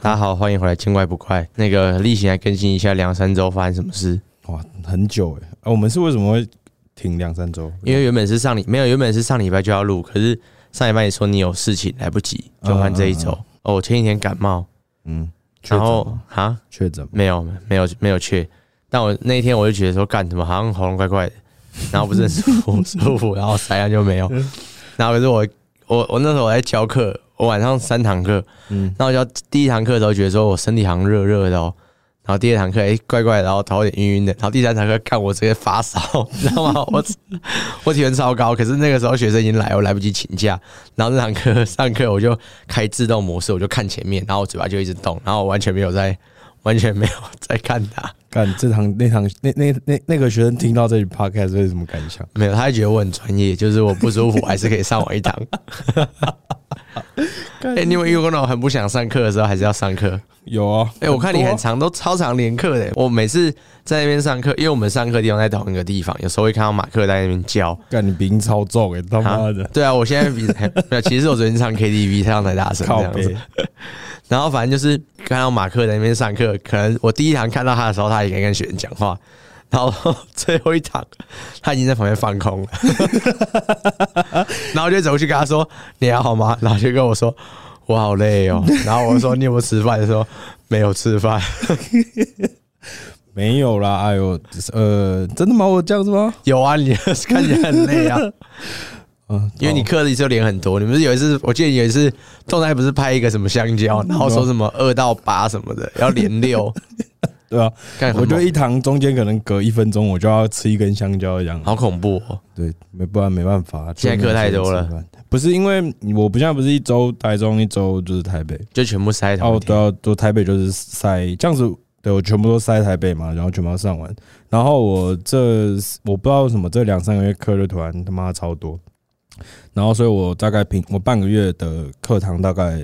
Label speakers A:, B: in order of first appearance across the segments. A: 大家好，欢迎回来，见怪不怪。那个例行来更新一下两三周发生什么事，
B: 哇，很久哎、啊，我们是为什么会停两三周？
A: 因为原本是上礼没有，原本是上礼拜就要录，可是上礼拜你说你有事情来不及，就换这一周。哦，我前几天感冒，
B: 嗯，啊确
A: 然
B: 诊
A: 后
B: 吗
A: 哈
B: 确诊吗，
A: 没有没有没有去，但我那天我就觉得说干什么好像喉咙怪怪的，然后不是很舒服舒服，然后塞上就没 有。然后可是我我我那时候我在教课，我晚上三堂课，
B: 嗯，
A: 那我就第一堂课的时候觉得说我身体好像热热的哦，然后第二堂课哎、怪怪的，然后头有点晕晕的，然后第三堂课看我直接发烧，你知道吗？我我体温超高，可是那个时候学生已经来，我来不及请假，然后那堂课上课我就开自动模式，我就看前面，然后我嘴巴就一直动，然后我完全没有在完全没有 在看他，
B: 干这堂那堂那那那那个学生听到这句 podcast 会有什么感想？
A: 没有，他还觉得我很专业，就是我不舒服还是可以上网一堂。哎、你有没有遇过那种很不想上课的时候还是要上课？
B: 有啊，
A: 哎、我看你很
B: 多啊
A: 长都超长连课的。我每次在那边上课，因为我们上课地方在同一个地方，有时候会看到马克在那边教。
B: 干你鼻音超重哎、他妈的，
A: 对啊，我现在比没有，其实我昨天唱 KTV 唱 太大声这
B: 靠
A: 样
B: 背
A: 子。 然后反正就是看到马克在那边上课，可能我第一堂看到他的时候，他已经跟学生讲话，然后 最后一堂他已经在旁边放空了， 然后我就走过去跟他说：“你还好吗？”然后就跟我说：“我好累哦。”然后我说：“你有没有吃饭？”他说：“没有吃饭。”
B: 没有啦，哎呦，呃，真的吗？我这样子吗？
A: 有啊，你 看起来很累啊，
B: 嗯，
A: 因为你课里就脸很多。你们是有一次，我记得有一次动态不是拍一个什么香蕉，然后说什么二到八什么 的，要连六。
B: 对啊，
A: 干
B: 我觉
A: 很
B: 得
A: 猛
B: 一堂中间可能隔一分钟我就要吃一根香蕉这样。
A: 好恐怖哦！
B: 对，没不然没办法。
A: 现在
B: 就没
A: 课太
B: 时间
A: 多了
B: 吃饭，不是因为我不现在不是一周台中，一周就是台北。
A: 就全部塞
B: 哦，
A: 同一
B: 我
A: 天
B: 都要都台北就是塞这样子，对我全部都塞台北嘛，然后全部要上完。然后我这我不知道为什么这两三个月课就突然他妈超多，然后所以我大概平我半个月的课堂大概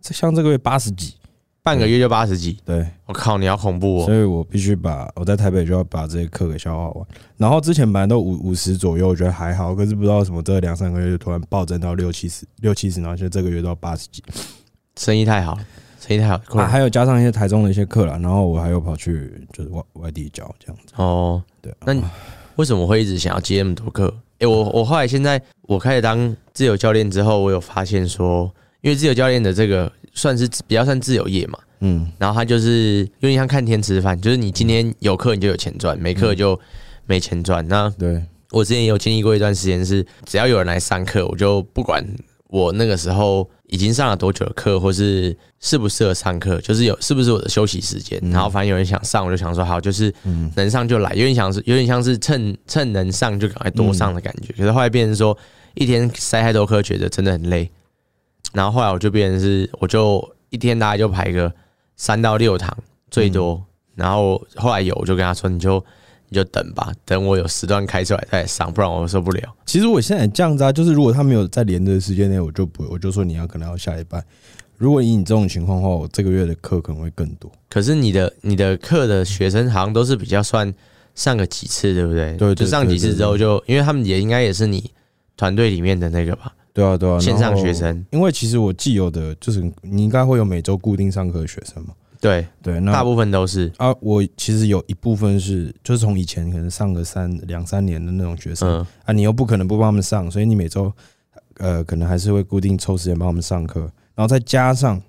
B: 这像这个月八十几，
A: 半个月就八十几，
B: 对，
A: 我靠，你好恐怖
B: 所
A: 哦！
B: 以我必须把我在台北就要把这些课给消化完。然后之前本来都五五十左右，我觉得还好，可是不知道为什么这两三个月就突然暴增到六七十，六七十，然后现在这个月到八十几。
A: 生意太好，生意太好，困
B: 啊，
A: 扰
B: 还有加上一些台中的一些课啦，然后我还有跑去就是外外地教这样子，
A: 哦。
B: 对啊，
A: 那你为什么会一直想要接那么多课？诶，我我后来现在我开始当自由教练之后，我有发现说，因为自由教练的这个算是比较算自由业嘛，
B: 嗯，
A: 然后他就是有点像看天吃饭，就是你今天有课你就有钱赚，没课就没钱赚。那
B: 对，
A: 我之前也有经历过一段时间是，只要有人来上课，我就不管我那个时候已经上了多久的课，或是适不适合上课，就是有是不是我的休息时间。然后反正有人想上，我就想说好，就是
B: 嗯
A: 能上就来，有点像是有点像是趁趁能上就赶快多上的感觉。可是后来变成说一天塞太多课，觉得真的很累。然后后来我就变成是，我就一天大概就排个三到六堂最多。
B: 嗯
A: 然后后来有我就跟他说，你就你就等吧，等我有时段开出来再上，不然我受不了。
B: 其实我现在也这样子啊，就是如果他没有在连着的时间内，我就不我就说你要可能要下礼拜。如果以你这种情况的话，我这个月的课可能会更多。
A: 可是你的你的课的学生好像都是比较算上个几次，对不对？
B: 对对
A: 就上几次之后就，因为他们也应该也是你团队里面的那个吧，
B: 对啊，对啊，
A: 线
B: 然
A: 上
B: 后
A: 学，生。
B: 因为其实我既有的就是你应该会有每周固定上课的学生嘛，
A: 对，
B: 对，那
A: 大部分都是，
B: 啊，我其实有一部分是就是从以前可能上个三两三年的那种学生，
A: 嗯，
B: 啊，你又不可能不帮他们上，所以你每周呃可能还是会固定抽时间帮他们上课，然后再加上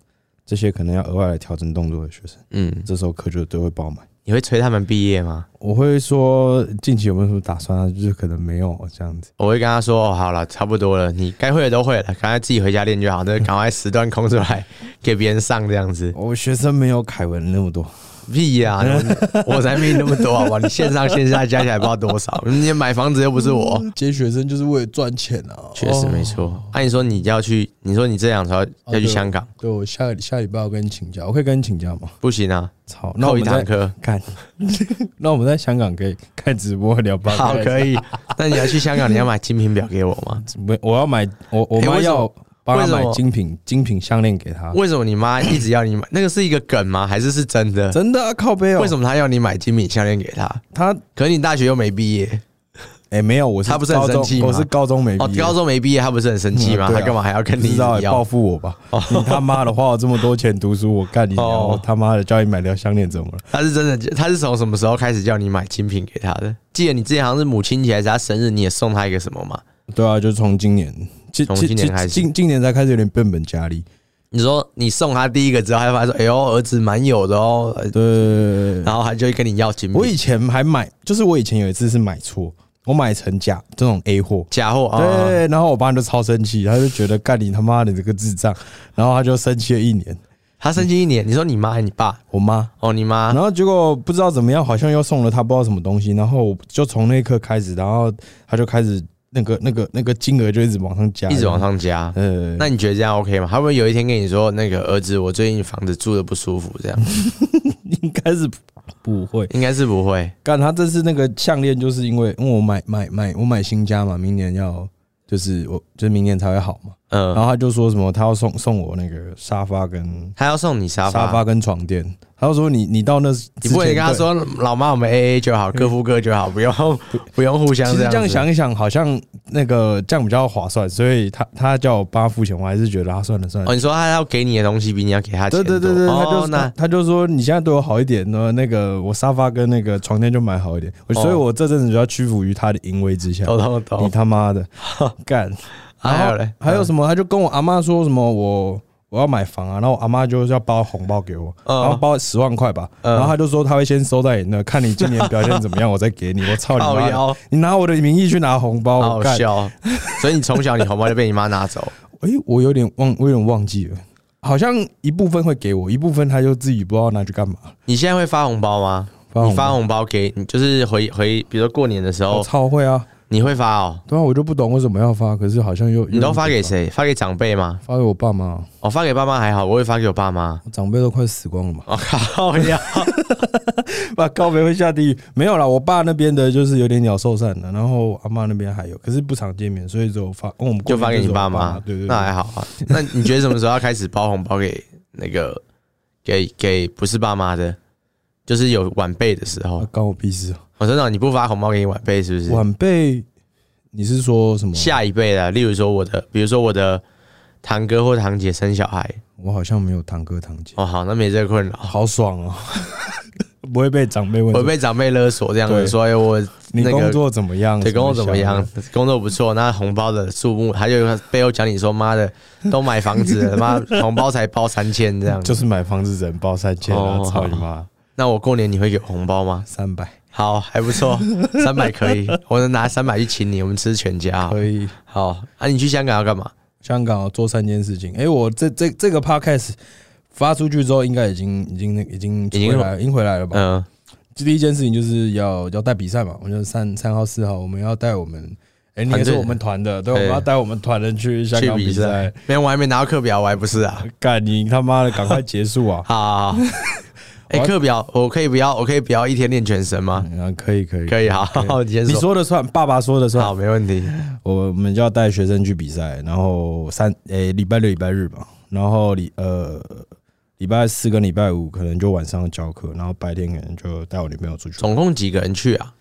B: 这些可能要额外来调整动作的学生，
A: 嗯，
B: 这时候课就都会爆满。
A: 你会催他们毕业吗？
B: 我会说近期有没有什么打算啊？就是可能没有这样子。
A: 我会跟他说：“哦，好了，差不多了，你该会的都会了，赶快自己回家练就好。那赶快时段空出来 给别人上，这样子
B: 我学生没有凯文那么多，
A: 屁 呀、我才没你那么多，好吧？你线上线下加起来不知道多 少，你买房子又不是我。
B: 接学生就是为了赚钱啊。
A: 嗯确实没错。哦按、啊你说你要去，你说你这两条要去
B: 对
A: 香港，
B: 对我下下礼拜要跟你请假，我可以跟你请假吗？
A: 不行啊，
B: 操，那我
A: 扣一
B: 们
A: 堂
B: 在
A: 课。
B: 看，那我们在香港可以看直播聊八
A: 好，
B: 卦。
A: 可以。那你要去香港，你要买金品表给我 吗？
B: 没，我要买，我我
A: 欸
B: 妈
A: 为什么
B: 要帮她
A: 为什
B: 买
A: 么
B: 精品精品项链给她。
A: 为什么你妈一直要你买？那个是一个梗吗？还是是真的？
B: 真的啊，靠背哦。
A: 为什
B: 么
A: 么她要你买精品项链给她？
B: 他
A: 可是你大学又没毕业，
B: 哎、没有，我是
A: 他不是很
B: 高中
A: 生气吗
B: 我是高中没
A: 哦
B: 毕，业，
A: 高中没毕业，他不是很生气吗？
B: 嗯对啊
A: 他干嘛还要跟
B: 不
A: 你
B: 知道、
A: 要？
B: 欸、报复我吧？你他妈的花我这么多钱读书，我干你娘！
A: 哦
B: 我他妈的叫你买条项链怎么了？
A: 他是真的，他是从什么时候开始叫你买精品给他的？记得你之前好像是母亲节还是他生日，你也送他一个什么嘛？
B: 对啊，就从今年，今
A: 从今年开始
B: 今今年才开始有点变本加厉。
A: 你说你送他第一个之后，他就发现说：“哎呦，儿子蛮有的哦。呃
B: 对，”
A: 然后他就会跟你要精
B: 我
A: 品
B: 以前还买，就是我以前有一次是买错，我买成假这种 A 货。
A: 假货啊！
B: 对，然后我爸就超生气，他就觉得干你他妈的这个智障，然后他就生气了一年。
A: 他生气一年，你说你妈还是你爸
B: 我妈，
A: 哦，你妈
B: 然后结果不知道怎么样，好像又送了他不知道什么东西，然后我就从那一刻开始，然后他就开始那个那个那个金额就一直往上加，
A: 一直往，上加。
B: 呃，
A: 那你觉得这样 OK 吗？他会不会有一天跟你说：“那个儿子，我最近房子住的不舒服。”这样
B: 嗯应该是不不会。
A: 应该是不会。
B: 干他这次那个项链，就是因为因为我买买买我买新家嘛，明年要就是我就是明年才会好嘛，
A: 嗯、
B: 然后他就说什么他要送送我那个沙发跟
A: 他要送你沙发，
B: 沙发跟床垫，他就说你你到那之
A: 你不能
B: 前
A: 跟他
B: 对
A: 说：“老妈，我们 AA 就好，各付各就好，不用 不用互相
B: 其
A: 嗯这
B: 实
A: 样。”
B: 这样想一想，好像那个这样比较划算，所以他他叫我爸付钱，我还是觉得他算了算了。
A: 哦，你说他要给你的东西比你要给他钱
B: 对
A: 多，
B: 对对对，他就
A: 哦，
B: 他
A: 那
B: 他就说你现在对我好一点呢，那个我沙发跟那个床垫就买好一点，我
A: 哦
B: 所以我这阵子就要屈服于他的淫威之下。
A: 懂懂
B: 你
A: 懂。
B: 他 妈的干！
A: 还有
B: 然后
A: 嘞，
B: 还有什么？他就跟我阿妈说什么我我要买房啊，然后我阿妈就是要包红包给我，
A: 嗯
B: 然后包十万块吧，
A: 嗯
B: 然后他就说他会先收在你那，看你今年表现怎么样，我再给你。我操你
A: 靠
B: 妈的！
A: 腰，
B: 你拿我的名义去拿红包，我
A: 好
B: 干！
A: 笑。所以你从小你红包就被你妈拿走，
B: 哎、我有点忘，我有点忘记了，好像一部分会给我，一部分他就自己不知道拿去干嘛。
A: 你现在会发红包吗？
B: 红
A: 你发红包给你，就是回回，比如说过年的时
B: 包，我
A: 候，
B: 超会啊！
A: 你会发哦。
B: 对啊，我就不懂为什么要发，可是好像又
A: 你都发给？谁？发给长辈吗？
B: 又发给我爸妈，
A: 我、发给爸妈还好，我会发给我爸 妈。。
B: 我长辈都快死光了嘛
A: 我、靠呀！
B: 把高梅会下地狱？没有啦，我爸那边的就是有点鸟兽散了，然后阿妈那边还有，可是不常见面，所以只有发，哦、我们过
A: 就
B: 年
A: 发给你
B: 是我
A: 爸
B: 爸
A: 妈，
B: 对对
A: 那
B: 对，
A: 还好啊。那你觉得什么时候要开始包红包给 那个给给不是爸妈的，就是有晚辈的时候
B: 啊？关我屁事啊。
A: 我、真的你不发红包给你晚辈是不是？
B: 晚辈，你是说什么？
A: 下一辈的，例如说我的，比如说我的堂哥或堂姐生小孩，
B: 我好像没有堂哥堂姐，
A: 哦，好，那没这个困扰，
B: 好爽哦， 不会被长辈问
A: 我
B: 说。
A: 被长辈勒索这样子
B: 嗯对
A: 说，哎，我
B: 你
A: 那个
B: 工作怎么样？
A: 对，
B: 什
A: 工作怎么
B: 想
A: 样
B: 法？？
A: 工作不错，那红包的数目，还有背后讲你说，妈的，都买房子了，妈红包才包三千这样。
B: 就是买房子人包三千啊
A: 哦！
B: 操你妈，
A: 那我过年你会给我红包吗？
B: 三百
A: 好，还不 错，三百可以，我能拿三百去请你，我们吃全家。
B: 可以。
A: 好，啊，你去香港要干嘛？
B: 香港要做三件事情。哎，我这这这个 podcast 发出去之后，应该已经已经那已经已
A: 经
B: 回来了已经回来了吧？
A: 嗯，
B: 第一件事情就是要要带比赛嘛，我们就三三号四号，我们要带我们。哎，你
A: 团
B: 也是
A: 队
B: 我们团的，对，我
A: 对
B: 们要带我们团人去香
A: 去
B: 港比
A: 比
B: 赛
A: 赛。。没有，我还没拿到课表，我还不是啊。
B: 干你他妈的，赶快结束啊！
A: 好好好，哎，
B: 我
A: 课表我可以不要，我可以不要一天练全身吗？
B: 嗯，可以可以，
A: 可以，好，你先
B: 你
A: 说。
B: 说了算，爸爸说了算。
A: 好，没问题。
B: 我们就要带学生去比赛，然后三诶礼、拜六、礼拜日吧，然后礼呃礼拜四跟礼拜五可能就晚上教课，然后白天可能就带我女朋友出去。
A: 总共几个人去啊？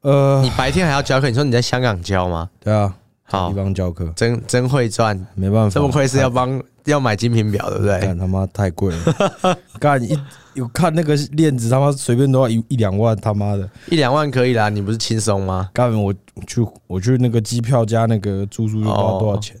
B: 呃
A: 你，白天还要教课？你说你在香港教吗？
B: 对啊，找
A: 好
B: 地，方教课
A: 真真会赚，
B: 没办法，
A: 这么亏是要帮要买精品表，对不对？
B: 干他妈太贵了， 干一有看那个链子他妈随便都要一一两万，他妈的，
A: 一两万可以啦，你不是轻松吗？
B: 干我去我去那个机票加那个住宿就不知道多少钱，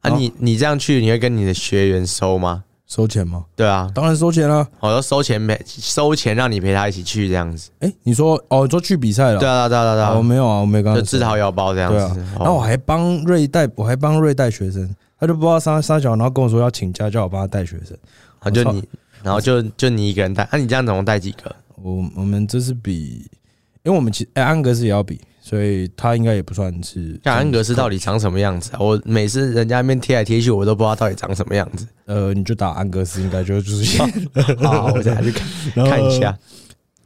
A: 啊
B: 好
A: 你，你这样去，你会跟你的学员收吗？
B: 收钱吗？
A: 对啊，
B: 当然收钱啦、啊。
A: 我说收钱陪收钱让你陪他一起去这样子。
B: 哎、你说哦，你说去比赛了？
A: 对啊，对啊，对啊，
B: 哦，我
A: 对
B: 没有啊，我没有跟
A: 啊，
B: 他
A: 就
B: 说
A: 自掏腰包这样
B: 对啊
A: 子。哦
B: 然后我还帮瑞带，我还帮瑞带学生，他就不知道三三小，然后跟我说要请假，叫我帮他带学生。
A: 啊就
B: 我操
A: 你，然后就就你一个人带，那啊你这样总共带几个？
B: 我我们这是比，因为我们其实、哎安格斯也要比，所以他应该也不算是
A: 像安格斯到底长什么样子啊？我每次人家那边贴来贴去，我都不知道到底长什么样子。
B: 呃，你就打安格斯应该就就是
A: 好，
B: 哦
A: 我等下去看看一，
B: 然
A: 下
B: 后。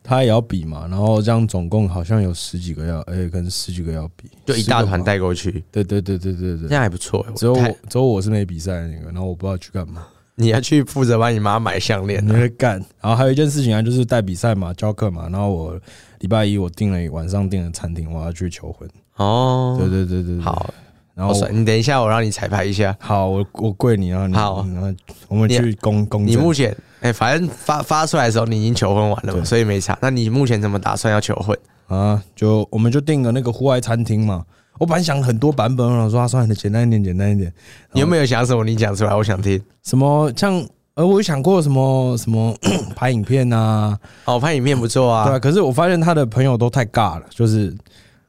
B: 他也要比嘛，然后这样总共好像有十几个要，哎、可能十几个要比，
A: 就一大团
B: 带。
A: 带过去，
B: 对对对对对对
A: 这样还不错欸。
B: 只有我
A: 太
B: 只有我是没比赛的那个，然后我不知道去干嘛。
A: 你要去负责帮你妈买项链
B: 你
A: 啊，
B: 会干。然后还有一件事情啊，就是带比赛嘛，教课嘛。然后我礼拜一我订了晚上订了餐厅，我要去求婚。
A: 哦，
B: 对对对对，对
A: 好，
B: 然
A: 好
B: 后
A: 帅！你等一下，我让你彩排一下。
B: 好，我我跪你，然后你
A: 好
B: 然后我们
A: 你
B: 去公公
A: 你
B: 证
A: 目前，哎、反正发发出来的时候你已经求婚完了嘛，
B: 对
A: 所以没差。那你目前怎么打算要求婚？
B: 啊，就我们就订了那个户外餐厅嘛。我本来想很多版本，我想说啊，算了，简单一点，简单一点。
A: 你有没有想什么？你讲出来，我想听。
B: 什么像呃，我有想过什么什么 拍影片啊，
A: 哦，拍影片不错
B: 对啊。
A: 啊。
B: 可是我发现他的朋友都太尬了，就是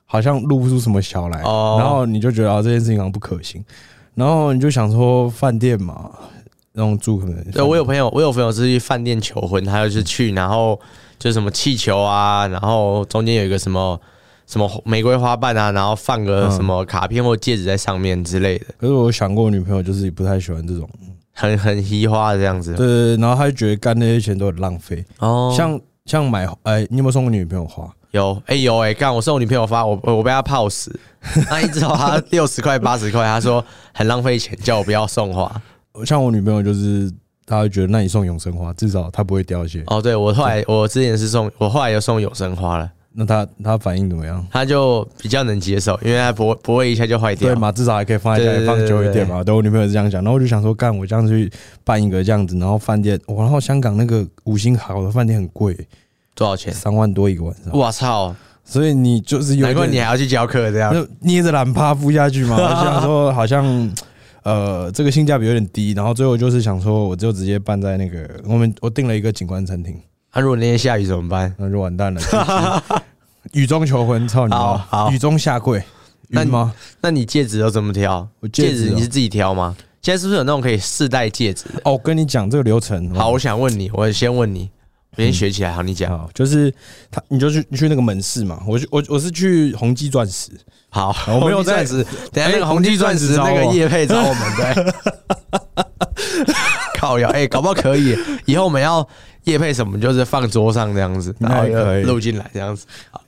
B: 好像录不出什么小来，
A: 哦
B: 然后你就觉得啊这件事情好像不可行，然后你就想说饭店嘛，那种住可能
A: 对，我有朋友，我有朋友是去饭店求婚，他就是去，然后就是什么气球啊，然后中间有一个什么什么玫瑰花瓣啊，然后放个
B: 嗯
A: 什么卡片或戒指在上面之类的，
B: 可是我想过，我女朋友就是不太喜欢这种，
A: 很很嘻花的这样子
B: 对。对对，然后她就觉得干那些钱都很浪费，
A: 哦，
B: 像像买，哎、你有没有送过女朋友花？
A: 有哎、有哎、干！我送我女朋友发，我我被她泡死。 那一直到她六十块八十块，她说很浪费钱，叫我不要送花。
B: 像我女朋友就是，她会觉得那你送永生花，至少她不会凋谢。
A: 哦，对我后来我之前是送，我后来有送永生花了，
B: 那她她反应怎么样？
A: 她就比较能接受，因为她不会不会一下就坏掉
B: 对。嘛，至少还可以放在家
A: 对对
B: 里
A: 对
B: 放久一点嘛。对我女朋友是这样讲，然后我就想说，干我这样去办一个这样子，然后饭店，哇然后香港那个五星好的饭店很贵，
A: 多少钱？
B: 三万多一个晚上，
A: 我操！
B: 所以你就是有
A: 难怪
B: 点
A: 你还要去教课这样。
B: 就捏着懒趴敷下去嘛，我就 想说好像呃这个性价比有点低，然后最后就是想说我就直接办在那个我们我订了一个景观餐厅，
A: 那、啊如果那天下雨怎么办？
B: 那就完蛋了。 雨中求婚，操你
A: 好
B: 妈！
A: 好
B: 雨中下跪，
A: 那
B: 那
A: 你
B: 吗？
A: 那你戒指都怎么挑？
B: 我戒指哦
A: 你是自己挑吗？现在是不是有那种可以试戴戒指的？
B: 哦，我跟你讲这个流程。
A: 好，
B: 哦
A: 我想问你，我先问你，
B: 嗯
A: 我先学起来。好，你讲。
B: 好，就是他，你就去你去那个门市嘛。我去我我是去宏基钻石，
A: 好，
B: 我没有
A: 红基
B: 在
A: 钻石。等一下那个
B: 哎
A: 红基钻石
B: 红基钻石找我
A: 那个叶配找我们对。 靠呀，哎，搞不好可以。以后我们要叶配什么，就是放桌上这样子，
B: 那
A: 然后
B: 可以
A: 就录进来这样子。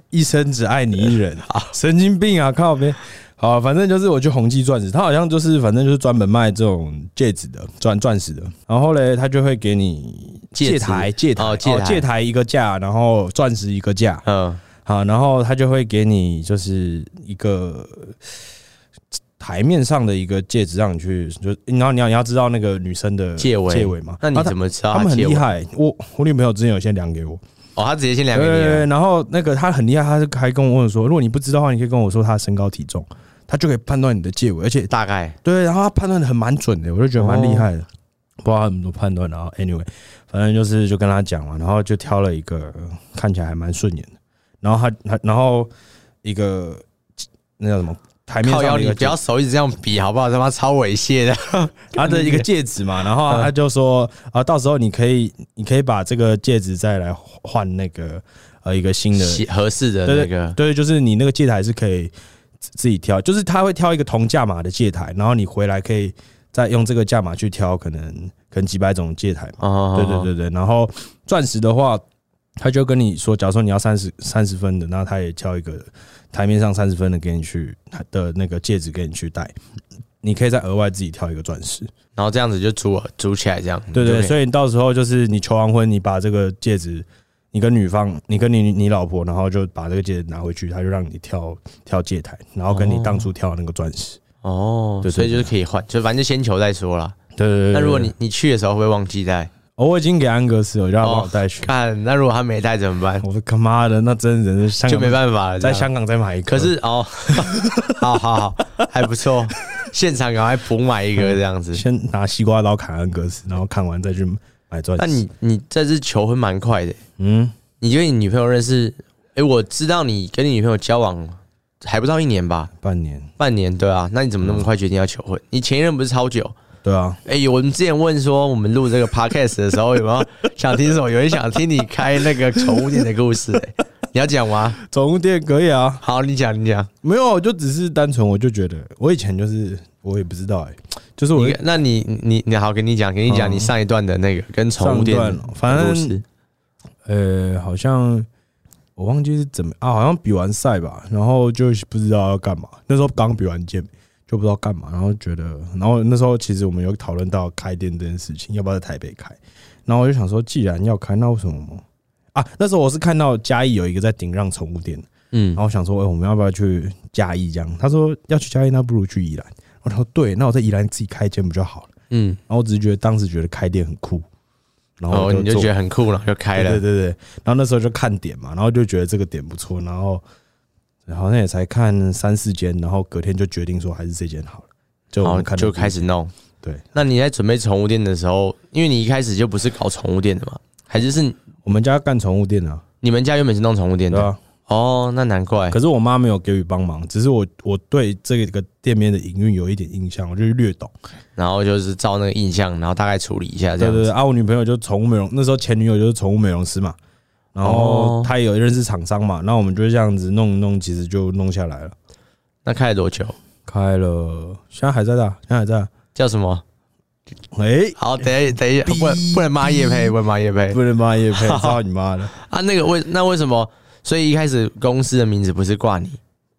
B: 一生只爱你一 人，神经病啊！靠边。好，反正就是我去宏基钻石，他好像就是反正就是专门卖这种戒指的，钻钻石的。然后嘞，他就会给你
A: 戒指
B: 台戒台
A: 哦戒台
B: 戒台一个价，然后钻石一个价。
A: 嗯，
B: 好，然后他就会给你就是一个台面上的一个戒指，让你去就然后你要你要知道那个女生的
A: 戒尾
B: 戒尾嘛。
A: 那你
B: 啊他
A: 怎么知道
B: 他们很
A: 戒
B: 厉
A: 尾？
B: 害，我我女朋友之前有先量给我，
A: 哦，他直接先量给
B: 对
A: 你
B: 对
A: 了。
B: 对，然后那个他很厉害，他是还跟我问说，如果你不知道的话，你可以跟我说他的身高体重，他就可以判断你的戒围，而且
A: 大概
B: 对，然后他判断的很蛮准的，我就觉得蛮厉
A: 哦
B: 害的，不知道他怎么判断的。然后 anyway，反正就是就跟他讲嘛，然后就挑了一个看起来还蛮顺眼的，然后他他然后一个那叫什么台面
A: 靠腰，
B: 上的一
A: 你
B: 个
A: 不
B: 戒
A: 要手一直这样比好不好？他妈超猥亵的。
B: 他的一个戒指 嘛，然后
A: 嗯
B: 他就说啊，到时候你可以你可以把这个戒指再来换那个呃一个新的
A: 喜合适的那个
B: 对，就是你那个戒台是可以自自己挑，就是他会挑一个同价码的戒台，然后你回来可以再用这个价码去挑，可能可能几百种戒台嘛。
A: 哦，
B: 对对对对，然后钻石的话，他就跟你说，假如说你要三十三十分的，那他也挑一个台面上三十分的给你去的那个戒指给你去戴，你可以再额外自己挑一个钻石。
A: 然后这样子就组组起来这样，嗯
B: 嗯
A: 哦
B: 对对，
A: 以
B: 所以你到时候就是你求完婚，你把这个戒指，你跟女方，你跟你你老婆，然后就把这个戒指拿回去，他就让你跳跳戒台，然后跟你当初跳的那个钻石。
A: 哦，
B: 对对
A: 所以就是可以换，就反正就先求再说啦。
B: 对对对。
A: 那如果
B: 对
A: 你你去的时候会不会忘记带？
B: 哦我已经给安格斯了，我叫他帮我
A: 哦
B: 带去。
A: 看，那如果他没带怎么办？
B: 我说他妈的，那真人是香
A: 就
B: 港
A: 没办法了，
B: 在
A: 这样。
B: 香港再买一个。
A: 可是哦， 好好好，还不错，现场赶快补买一个这样 子。
B: 先拿西瓜刀砍安格斯，然后砍完再去买钻
A: 那
B: 石。
A: 你你这次求婚蛮快的，
B: 嗯，
A: 你跟你女朋友认识？哎，我知道你跟你女朋友交往还不到一年吧，
B: 半年，
A: 半年对啊？那你怎么那么快决定要求
B: 嗯
A: 婚？你前一任不是超久？
B: 对啊，
A: 哎、我们之前问说，我们录 这个 podcast 的时候有没有想听什么？有人想听你开那个宠物店的故事、哎，你要讲吗？
B: 宠物店可以啊。
A: 好，你讲，你讲。
B: 没有，我就只是单纯，我就觉得我以前就是我也不知道哎、就是我
A: 你那你你你好，给你讲，给你讲，
B: 嗯
A: 你上一段的那个跟宠物店
B: 上一
A: 的
B: 段哦反正
A: 故事
B: 呃，好像我忘记是怎么啊，好像比完赛吧，然后就不知道要干嘛。那时候刚比完健，就不知道干嘛，然后觉得，然后那时候其实我们有讨论到开店这件事情，要不要在台北开。然后我就想说，既然要开，那为什么啊？那时候我是看到嘉义有一个在顶让宠物店，
A: 嗯
B: 然后想说，哎、我们要不要去嘉义这样？他说要去嘉义，那不如去宜兰。我说对，那我在宜兰自己开一间不就好了？
A: 嗯，
B: 然后我只是觉得当时觉得开店很酷，然后
A: 哦，
B: 我
A: 你就
B: 做
A: 觉得很酷了，就开
B: 对
A: 了，
B: 对对对。然后那时候就看点嘛，然后就觉得这个点不错，然后好像也才看三四间，然后隔天就决定说还是这间好了，就
A: 然后
B: 我们看
A: 就开
B: 始
A: 始弄。
B: 对，
A: 那你在准备宠物店的时候，因为你一开始就不是搞宠物店的嘛，还是是
B: 我们家干宠物店啊，
A: 你们家原本是弄宠物店
B: 对啊
A: 的？
B: 吧？
A: 哦，那难怪。
B: 可是我妈没有给予帮忙，只是我我对这个店面的营运有一点印象，我就是略懂。
A: 然后就是照那个印象，然后大概处理一下这
B: 对
A: 样
B: 对
A: 子。
B: 对，啊，我女朋友就是宠物美容，那时候前女友就是宠物美容师嘛，然后
A: 哦
B: 她也有认识厂商嘛，那我们就这样子弄一弄，其实就弄下来了，
A: 那开了多久？
B: 开了，现在还在的啊，现在还在啊。
A: 叫什么？
B: 哎，
A: 好，等一下，等一下，
B: 哔
A: 不能不能骂叶佩，
B: 哔
A: 不能骂叶佩
B: 不能骂叶配，操你妈的！
A: 啊！那个为那为什么？所以一开始公司的名字不是挂你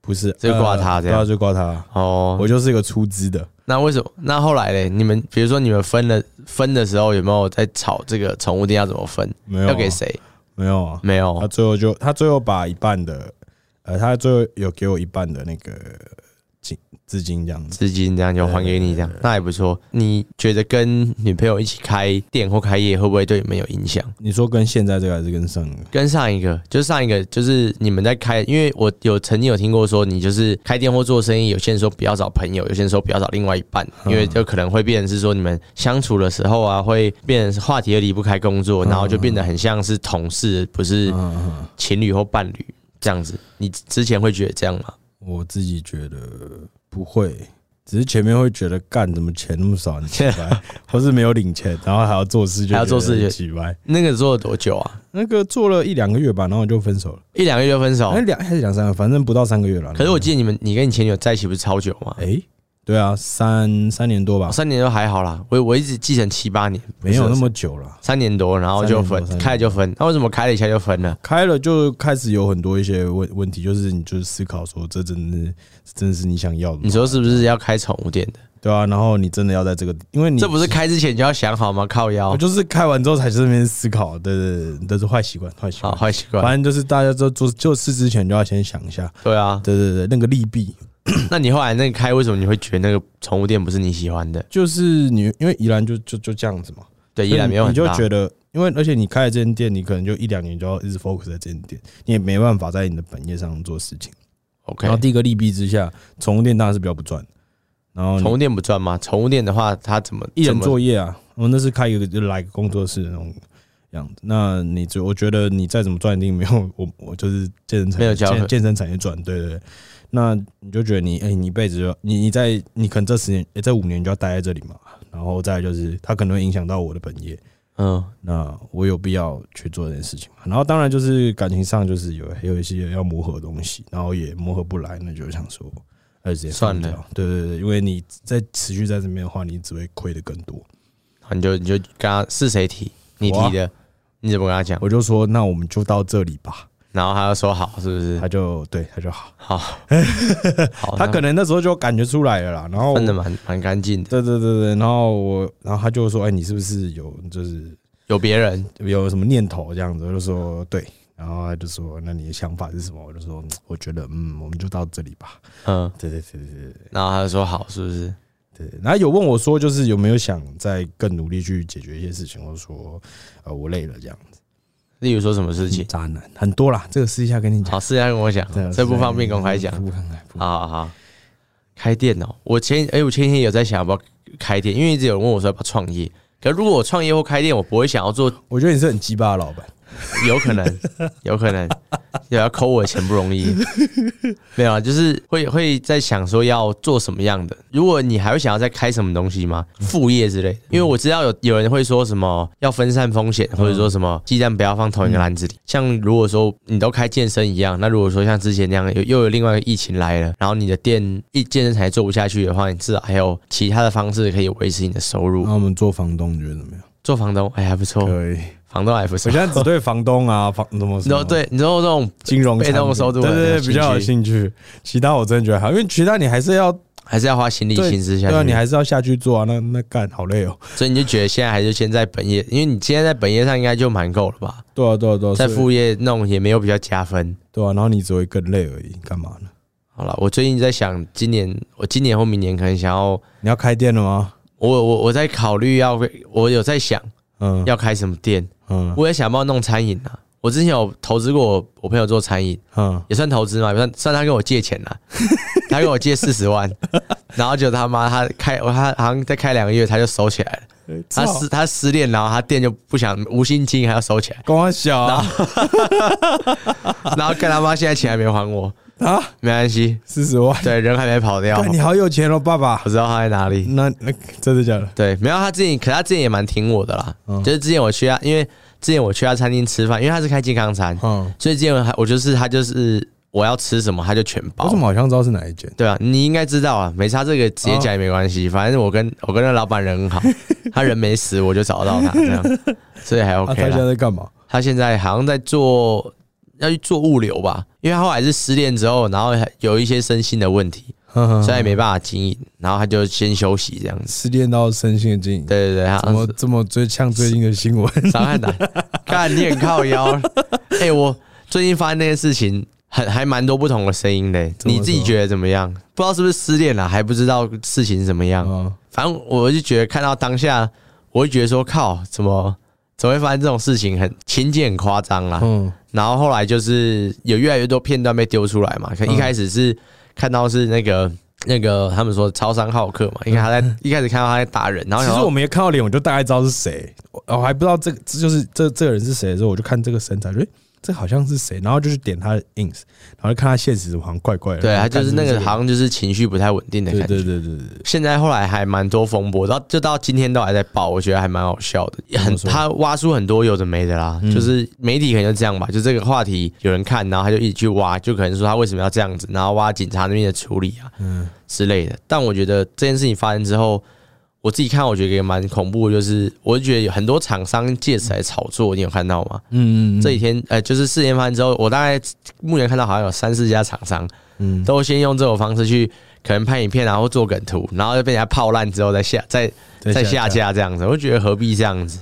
B: 不是，
A: 就挂他这样
B: 呃对啊就挂他。
A: 哦？
B: 我就是一个出资的，
A: 那为什么？那后来嘞？你们比如说你们分了分的时候，有没有在吵这个宠物店要怎么分？
B: 没有啊
A: 要给？谁？
B: 没有啊，
A: 没有
B: 他最后就他最后把一半的，呃，他最后有给我一半的那个金资金这样子。
A: 资金这样就还给你这样，那也不错。你觉得跟女朋友一起开店或开业会不会对你们有影响？
B: 你说跟现在这个还是跟上一个？
A: 跟上一个，就是上一个，就是你们在开，因为我有曾经有听过说，你就是开店或做生意，有些人说不要找朋友，有些人说不要找另外一半，
B: 嗯
A: 因为就可能会变成是说你们相处的时候啊，会变成话题又离不开工作，然后就变得很像是同事，不是
B: 嗯嗯，嗯
A: 情侣或伴侣这样子。你之前会觉得这样吗？
B: 我自己觉得不会，只是前面会觉得干怎么钱那么少，很奇 怪，或是没有领钱，然后还要做事就
A: 还要做事就
B: 奇怪。
A: 那个做了多久啊？
B: 那个做了一两个月吧，然后就分手了，
A: 一两个月就分手啊
B: 哎？两还是两三个，反正不到三个月了。
A: 哦可是我记得你们，你跟你前女友在一起不是超久吗？
B: 哎、对啊，三三年多吧
A: 哦，三年都还好啦，我我一直记成七八年，
B: 没有那么久了。
A: 三年多，然后就分
B: 三年多三年多
A: 开了就分，那为什么开了一下就分了？
B: 开了就开始有很多一些问问题，就是你就是思考说，这真的是真的是你想要的吗？
A: 你说是不是要开宠物店的？
B: 对啊，然后你真的要在这个，因为你
A: 这不是开之前就要想好吗？靠腰
B: 我，就是开完之后才是那边思考，对对对，这是坏习惯，坏习
A: 好
B: 惯。
A: 啊坏习惯。
B: 反正就是大家都做做事之前就要先想一下，
A: 对啊，
B: 对对对，那个利弊
A: 那你后来那个开，为什么你会觉得那个宠物店不是你喜欢的？
B: 就是你因为宜兰就就就这样子嘛，
A: 对，依然没有
B: 你
A: 很
B: 就
A: 大。
B: 觉得，因为而且你开了这间店，你可能就一两年就要一直 focus 在这间店，你也没办法在你的本业上做事情。
A: OK，
B: 然后第一个利弊之下，宠物店当然是比较不赚，然后你
A: 宠物店不赚吗？宠物店的话，它怎么
B: 一人
A: 怎么
B: 作业啊，我那是开一个就来个工作室那种样子。那你就我觉得你再怎么赚，一定没有 我我就是健身产
A: 没有
B: 业
A: 交合
B: 健健身产业赚，对对对。那你就觉得你哎、你一辈子就你你在你可能这十年、哎这五年就要待在这里嘛，然后再来就是它可能会影响到我的本业，
A: 嗯，
B: 那我有必要去做这件事情嘛？然后当然就是感情上就是有还有一些要磨合的东西，然后也磨合不来，那就想说，那就直接放掉
A: 算了。
B: 对对对，因为你在持续在这边的话，你只会亏的更多。
A: 好你就你就跟他是谁提你
B: 我啊
A: 提的，你怎么跟他讲？
B: 我就说，那我们就到这里吧。
A: 然后他就说好，是不是？
B: 他就对，他就好，
A: 好，好，
B: 他可能那时候就感觉出来了啦。然
A: 那
B: 后
A: 分的蛮蛮干净的，
B: 对对对对，然后我，然后他就说，哎，你是不是有就是
A: 有别人
B: 有什么念头这样子？我就说对。然后他就说：“那你的想法是什么？”我就说：“嗯我觉得，嗯，我们就到这里吧。
A: 嗯”，
B: 对对对对对。
A: 然后他就说好，是不是？
B: 对，然后有问我说，就是有没有想再更努力去解决一些事情，或者说，呃，我累了这样子。
A: 例如说什么事情？
B: 渣男很多啦，这个私底下跟你讲，
A: 好，私下跟我讲
B: 嗯对，
A: 这不方便公开讲。
B: 不公开，不公开
A: 好好好，开店哦、我前哎、我前几天有在想要不要开店，因为一直有人问我说要不要创业。可如果我创业或开店，我不会想要做，
B: 我觉得你是很鸡巴的老板，
A: 有可能，有可能，有要抠我的钱不容易。没有啊，就是会会在想说要做什么样的。如果你还会想要再开什么东西吗？副业之类的，因为我知道有有人会说什么要分散风险，或者说什么鸡蛋不要放同一个篮子里。像如果说你都开健身一样，那如果说像之前那样有又有另外一个疫情来了，然后你的店一健身才做不下去的话，你至少还有其他的方式可以维持你的收入
B: 那。我们做房东，你觉得怎么样？
A: 做房东，哎还不错，
B: 可以，
A: 房东还不错
B: 我现。在只对房东啊，房什么
A: 你
B: 什
A: 知
B: 么
A: 道，哦对，你知道这种
B: 金融
A: 被动
B: 产品
A: 收入
B: 对
A: 很有
B: 对对，
A: 兴
B: 比较有
A: 趣
B: 兴趣。其他我真的觉得还好，因为其他你还是要
A: 还是要花心力
B: 对
A: 心思下去。
B: 对啊，你还是要下去做啊，那那干好累哦。
A: 所以你就觉得现在还是先在本业，因为你今天在本业上应该就蛮够了吧？
B: 对啊，对啊，对啊，
A: 在
B: 所以
A: 副业弄也没有比较加分。
B: 对啊，然后你只会更累而已，干嘛呢？
A: 好了，我最近在想，今年我今年或明年可能想要，
B: 你要开店了吗？
A: 我我我在考虑要，我有在想
B: 嗯
A: 要开什么店，
B: 嗯
A: 我也想要弄餐饮啊。我之前有投资过我我朋友做餐饮，
B: 嗯，
A: 也算投资嘛，也算算他跟我借钱 啦，他跟我借四十万，然后就他妈他开他好像再开两个月他就收起来了，他
B: 操
A: 失他失恋，然后他店就不想无心经营还要收 起来，
B: 光我小啊
A: 然后干他妈现在钱还没还我，
B: 啊，
A: 没关系，
B: 四十万，
A: 对，人还没跑掉，
B: 干你嗯好有钱哦，爸爸
A: 我。知道他在哪里。
B: 那那真的假的？
A: 对，没有他之前，可他之前也蛮挺我的啦。
B: 嗯
A: 就是之前我去他，因为之前我去他餐厅吃饭，因为他是开健康餐，
B: 嗯，
A: 所以之前我还我就是他就是我要吃什么他就全
B: 我
A: 包
B: 怎。哦么好像知道是哪一间？
A: 对啊，你应该知道啊，没差这个直接
B: 哦
A: 讲也没关系，反正我跟我跟那老板人 很好，他人没死，我就找到他这样，所以还
B: 啊，他
A: OK
B: 现
A: 啦。
B: 在在干嘛？
A: 他现在好像在做要去做物流吧，因为他后来是失恋之后，然后还有一些身心的问题，
B: 哼
A: 所以
B: 哼
A: 他也没办法经营，然后他就先休息这样子。
B: 失恋到身心的经营，
A: 对对对，他
B: 怎么这么最像最近的新 闻？
A: 伤害男，干你很靠腰。哎、我最近发现那件事情，很还蛮多不同的声音的、
B: 怎么
A: 你自己
B: 说
A: 觉得怎么样？不知道是不是失恋了、啊还不知道事情怎么样。
B: 啊，
A: 反正我就觉得看到当下，我会觉得说靠，怎么怎么会发生这种事情很？情节很夸张啊啦。
B: 嗯
A: 然后后来就是有越来越多片段被丢出来嘛，可能一
B: 嗯
A: 开始是看到是那个。那个他们说超商好客嘛，因为他在一开始看到他在打人，然后
B: 嗯其
A: 想
B: 实
A: 说
B: 我们也看到脸，我就大概知道是谁，我我还不知道这个这就是这这个人是谁的时候，我就看这个身材，觉得诶这好像是谁，然后就去点他的 ins，然后就看他现实好像怪怪的，
A: 对，
B: 然
A: 他
B: 后看
A: 就是那
B: 不
A: 个
B: 这
A: 好像就是情绪不太稳定的感
B: 对
A: 觉。
B: 对对对对对，
A: 现在后来还蛮多风波，到就到今天都还在爆，我觉得还蛮好笑的。也很
B: 怎么说嗯
A: 他挖出很多有的没的啦，就是媒体可能就这样吧，就这个话题有人看，然后他就一直去挖，就可能说他为什么要这样子，然后挖警察那边的处理啊，
B: 嗯
A: 之类的。但我觉得这件事情发生之后，我自己看我觉得也蛮恐怖的，就是我就觉得有很多厂商借此来炒作，你有看到吗？
B: 嗯
A: 这几天呃，就是事件发生之后，我大概目前看到好像有三四家厂商
B: 嗯
A: 都先用这种方式去可能拍影片，然后做梗图，然后就被人家泡烂之后再下再再下，架这样子，我就觉得何必这样子？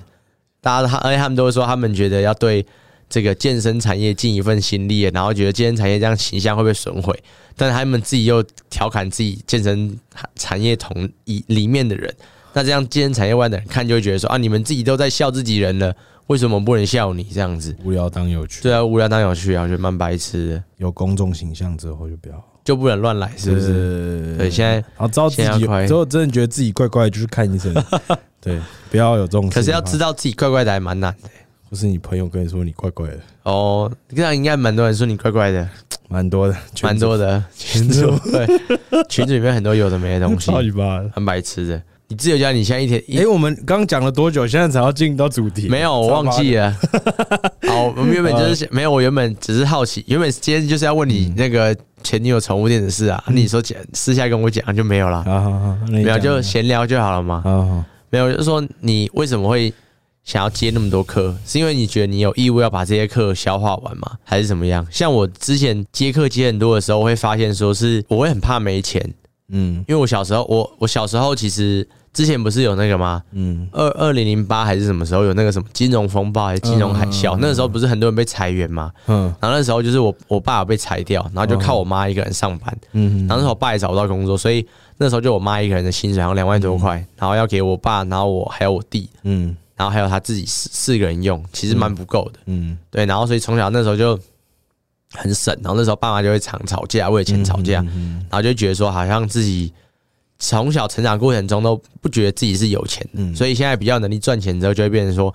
A: 大家他而且他们都会说，他们觉得要对这个健身产业尽一份心力，然后觉得健身产业这样形象会被损毁，但他们自己又调侃自己健身产业同一里面的人，那这样健身产业外的人看就会觉得说啊，你们自己都在笑自己人了，为什么不能笑你这样子？
B: 无聊当有趣，
A: 对啊，无聊当有趣啊，我觉得蛮白痴的，
B: 有公众形象之后就不要，
A: 就不能乱来，是不是？
B: 是
A: 对，现在
B: 然后知道自
A: 现在
B: 己
A: 要快
B: 有之后真的觉得自己怪怪，的，就去 看医生，对，不要有这种，
A: 可是要知
B: 道，
A: 道自己怪怪的还蛮难的
B: 或是你朋友跟你说你怪怪的，
A: 哦。这样应该蛮多人说你怪怪的，
B: 蛮多的，
A: 蛮 多 的群主对群主里面很多有的没的东西，
B: 超级巴的。
A: 很白痴的。你自由家，你现在一天
B: 哎、
A: 一
B: 我们刚讲了多久？现在才要进到主题？
A: 没有，我忘记 了。好，嗯我们原本就是想没有，我原本只是好奇，原本今天就是要问你那个前女友宠物店的事啊，你说讲私下跟我讲就没有了，
B: 好好好，没
A: 没有就闲聊就好了嘛。
B: 好好。
A: 没有，就是说你为什么会想要接那么多课？是因为你觉得你有义务要把这些课消化完吗？还是怎么样？像我之前接课接很多的时候，会发现说是我会很怕没钱，
B: 嗯
A: 因为我小时候我我小时候其实之前不是有那个吗？
B: 嗯
A: 二二零零八还是什么时候有那个什么金融风暴还是金融海啸？那个时候不是很多人被裁员吗？
B: 嗯
A: 然后那时候就是我我爸有被裁掉，然后就靠我妈一个人上班。
B: 嗯
A: 然后那时候我爸也找不到工作，所以那时候就我妈一个人的薪水，好像两万多块，然后要给我爸，然后我还有我弟，
B: 嗯
A: 然后还有他自己四四个人用，其实蛮不够的。
B: 嗯，
A: 对，然后所以从小那时候就很省，然后那时候爸妈就会常吵架，为了钱吵架，
B: 嗯
A: 然后就觉得说好像自己从小成长过程中都不觉得自己是有钱的，
B: 嗯
A: 所以现在比较有能力赚钱之后，就会变成说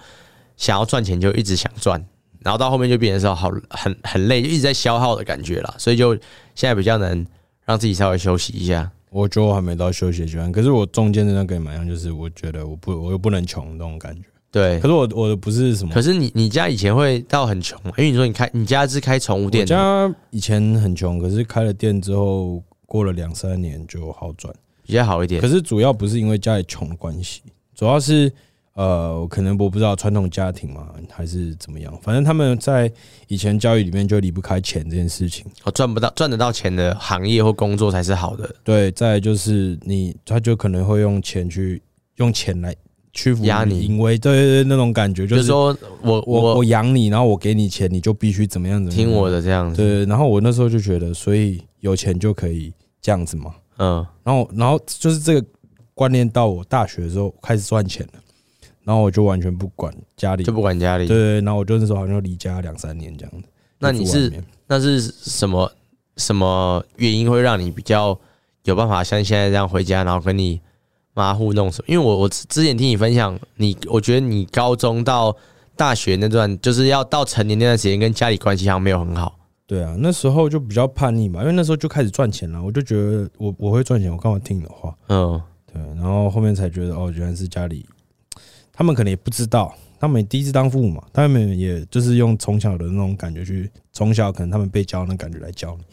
A: 想要赚钱就一直想赚，然后到后面就变成说好很很累，就一直在消耗的感觉啦，所以就现在比较能让自己稍微休息一下。
B: 我觉得我还没到休息的阶段，可是我中间的那个也蛮像，就是我觉得我不我又不能穷那种感觉。
A: 对
B: 可，是我我的不是什么，
A: 可是你你家以前会到很穷吗？因为你说你开你家是开宠物
B: 我
A: 店的，
B: 家以前很穷，可是开了店之后，过了两三年就好转。
A: 比较好一点
B: 可。是主要不是因为家里穷的关系，主要是呃，可能我不知道传统家庭嘛，还是怎么样，反正他们在以前教育里面就离不开钱这件事情。
A: 哦，赚不到赚得到钱的行业或工作才是好的，
B: 对，再来就是你，他就可能会用钱去用钱来屈服
A: 压你
B: 淫威，对对对，那种感觉
A: 就
B: 就是是
A: 说我
B: 我我
A: 我
B: 养你，然后我给你钱，你就必须怎么样怎么样
A: 听我的这样子，
B: 对，然后我那时候就觉得，所以有钱就可以这样子嘛。
A: 嗯，
B: 然后，然后就是这个观念到我大学的时候开始赚钱了，然后我就完全不管家里，
A: 就
B: 对
A: 不管家里
B: 对。对，然后我就那时候好像离家两三年这样子。
A: 那
B: 就
A: 你
B: 住外
A: 是
B: 面
A: 那是什么什么原因会让你比较有办法像现在这样回家，然后跟你妈互动什么？因为我我之之前听你分享，你我觉得你高中到大学那段，就是要到成年那段时间，跟家里关系好像没有很好。
B: 对啊，那时候就比较叛逆嘛，因为那时候就开始赚钱了，我就觉得我我会赚钱，我干嘛听你的话？
A: 嗯，
B: 对，然后后面才觉得哦，原来是家里，他们可能也不知道，他们第一次当父母嘛，他们也就是用从小的那种感觉去，从小可能他们被教的那感觉来教你，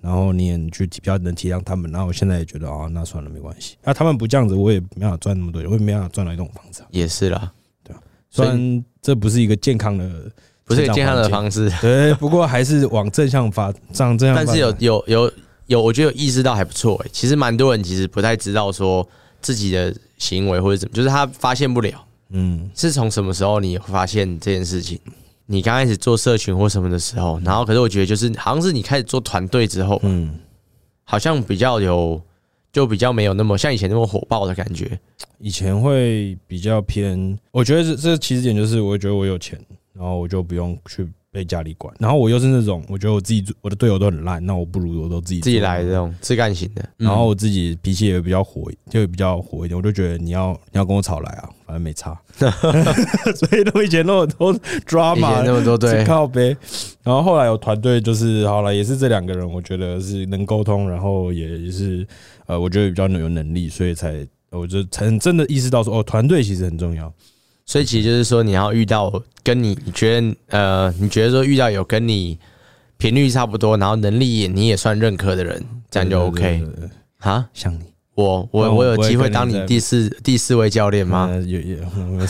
B: 然后你也去比较能体谅他们。然后我现在也觉得哦，那算了，没关系。那、他们不这样子，我也没办法赚那么多，我也没办法赚到一栋房子啊、
A: 也是啦，
B: 虽
A: 所以
B: 然这不是一个健康的，
A: 不是一个健康的方式，
B: 对，不过还是往正向发，上正向发展。
A: 但是有有有有，我觉得有意识到还不错、欸。其实蛮多人其实不太知道说自己的行为或者怎么，就是他发现不了。
B: 嗯，
A: 是从什么时候你发现这件事情？你刚开始做社群或什么的时候，然后可是我觉得就是好像是你开始做团队之后，
B: 嗯，
A: 好像比较有就比较没有那么像以前那么火爆的感觉。
B: 以前会比较偏，我觉得这这起始点就是，我觉得我有钱，然后我就不用去被家里管，然后我又是那种，我觉得我自己做我的队友都很烂，那我不如我都自己
A: 自己
B: 做
A: 来嗯这，种自干型的，
B: 嗯然后我自己脾气也比较火，就比较火一点，我就觉得你要你要跟我吵来啊，反正没差， 所以都以前都很多
A: 以前
B: drama，
A: 那么多
B: 是
A: 对，
B: 靠背。然后后来有团队，就是好了，也是这两个人，我觉得是能沟通，然后也也是呃，我觉得比较有能力，所以才我就才真的意识到说，哦，团队其实很重要。
A: 所以其实就是说你要遇到跟你你觉得呃，你觉得说遇到有跟你频率差不多，然后能力也你也算认可的人，这样就
B: 对对
A: OK
B: 对对对
A: 哈。
B: 像你
A: 我
B: 那
A: 我
B: 我
A: 我有
B: 不会
A: 机会
B: 跟你
A: 当你
B: 在
A: 第四第四位教练吗？
B: 呃有有有嗯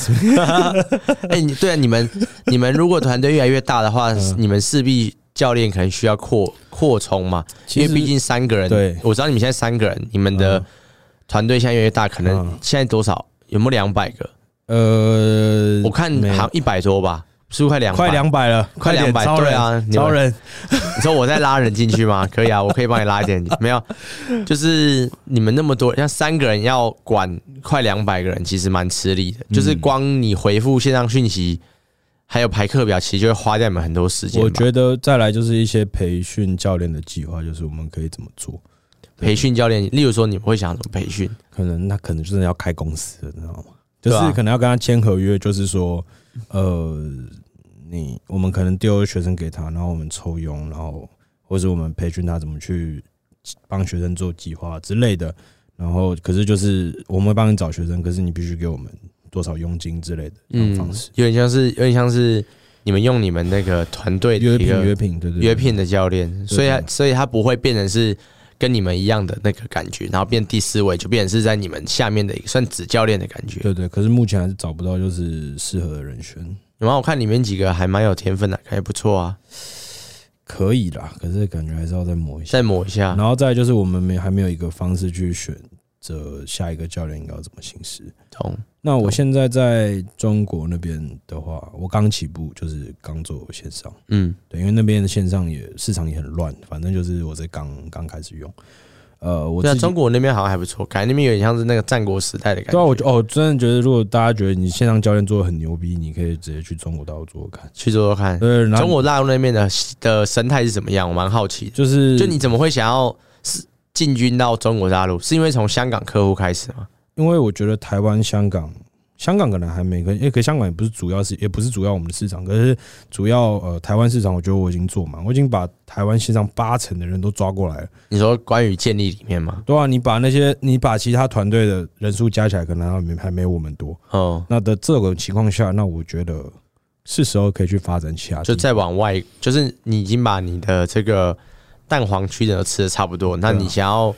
A: 哎、你对啊，你们你们如果团队越来越大的话，你们势必教练可能需要扩扩充嘛，因为毕竟三个人，
B: 对
A: 我知道你们现在三个人，你们的
B: 嗯
A: 团队现在越来越大，可能
B: 嗯
A: 现在多少有没有两百个？
B: 呃
A: 我看
B: 没有
A: 好像一百多吧，是不是快两
B: 快两百了，
A: 快
B: 点
A: 200
B: 超人
A: 对啊你们
B: 超人
A: 你说我再拉人进去 吗？可以啊，我可以帮你拉一点。没有，就是你们那么多，像三个人要管快两百个人，其实蛮吃力的。
B: 嗯
A: 就是光你回复线上讯息，还有排课表，其实就会花掉你们很多时间吧。
B: 我觉得再来就是一些培训教练的计划，就是我们可以怎么做。
A: 培训教练，例如说你们会想怎么培训？
B: 可能那可能就是要开公司了，你知道吗？就
A: 对啊
B: 是可能要跟他签合约，就是说，呃，你我们可能丢学生给他，然后我们抽佣，然后或者我们培训他怎么去帮学生做计划之类的。然后，可是就是我们会帮你找学生，可是你必须给我们多少佣金之类的这种方式，
A: 有点像是有点像是你们用你们那个团队的
B: 约
A: 一
B: 聘
A: 个
B: 约聘，对对对
A: 约聘的教练，所以他
B: 对
A: 所以他不会变成是跟你们一样的那个感觉，然后变第四位就变成是在你们下面的一个算子教练的感觉。
B: 对对。可是目前还是找不到就是适合的人选，
A: 然后我看里面几个还蛮有天分的，感觉不错啊，
B: 可以啦，可是感觉还是要再磨一下。
A: 再抹一下。
B: 然后再来就是我们没还没有一个方式去选择下一个教练应该要怎么行事。
A: 懂，
B: 那我现在在中国那边的话，我刚起步就是刚做线上，
A: 嗯，
B: 对，因为那边的线上也市场也很乱，反正就是我在刚刚开始用。呃，我
A: 对啊，
B: 自己
A: 中国那边好像还不错，感觉那边有点像是那个战国时代的感觉。
B: 对啊，我就哦，真的觉得如果大家觉得你线上教练做的很牛逼，你可以直接去中国大陆做做看。
A: 去做做看，
B: 对，然后
A: 中国大陆那边的的生态是怎么样，我蛮好奇的。
B: 就是
A: 就你怎么会想要是进军到中国大陆？是因为从香港客户开始吗？
B: 因为我觉得台湾、香港，香港可能还没跟，因为可香港也不是主要是，也不是主要我们的市场，可是主要呃台湾市场，我觉得我已经做满，我已经把台湾线上八成的人都抓过来了。
A: 你说关于建立里面吗？
B: 对啊，你把那些你把其他团队的人数加起来，可能还没还没我们多。
A: 哦，
B: 那的这种情况下，那我觉得是时候可以去发展其他地
A: 就
B: 方。
A: 再往外，就是你已经把你的这个蛋黄区的都吃的差不多，那
B: 对啊
A: 你想要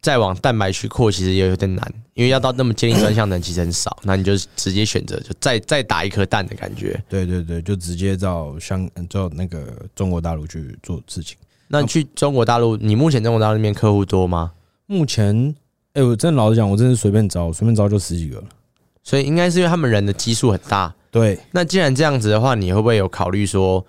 A: 再往蛋白去扩，其实也有点难，因为要到那么接近专项能其实很少，那你就直接选择就再再打一颗蛋的感觉。
B: 对对对，就直接照香照那个中国大陆去做事情。
A: 那你去中国大陆，你目前中国大陆那边客户多吗？
B: 目前，哎、我真的老实讲，我真是随便招，随便招就十几个了。
A: 所以应该是因为他们人的基数很大。
B: 对，
A: 那既然这样子的话，你会不会有考虑说，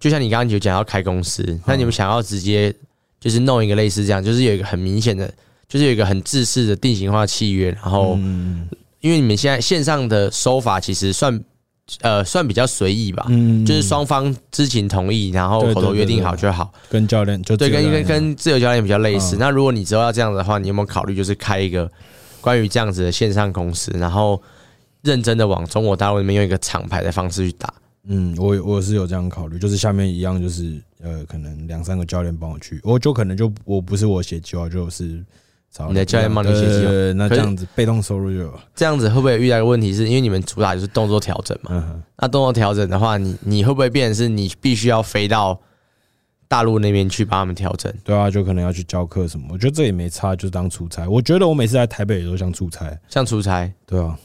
A: 就像你刚刚有讲要开公
B: 嗯
A: 司，那你们想要直接就是弄一个类似这样，就是有一个很明显的，就是有一个很自式的定型化契约，然后
B: 嗯
A: 因为你们现在线上的收法其实算呃算比较随意吧，
B: 嗯
A: 就是双方知情同意，然后
B: 对对
A: 口头约定好就好。
B: 跟教练就嗯
A: 对，
B: 只
A: 跟
B: 有两
A: 跟
B: 个
A: 跟自由教练比较类似。
B: 嗯
A: 那如果你之后要这样子的话，你有没有考虑就是开一个关于这样子的线上公司，然后认真的往中国大陆那边用一个厂牌的方式去打？
B: 嗯，我我是有这样考虑，就是下面一样就是呃，可能两三个教练帮我去，我就可能就我不是我写计划，就是找
A: 你的教练帮你写计划
B: 对对对那
A: 可
B: 这
A: 是
B: 样子被动收入就有了。
A: 这样子会不会遇到一个问题是，因为你们主打就是动作调整嘛？
B: 嗯哼，
A: 那动作调整的话，你你会不会变成是你必须要飞到大陆那边去帮他们调整？
B: 对啊，就可能要去教课什么，我觉得这也没差，就是当出差。我觉得我每次来台北也都像出差，
A: 像出差，
B: 对啊，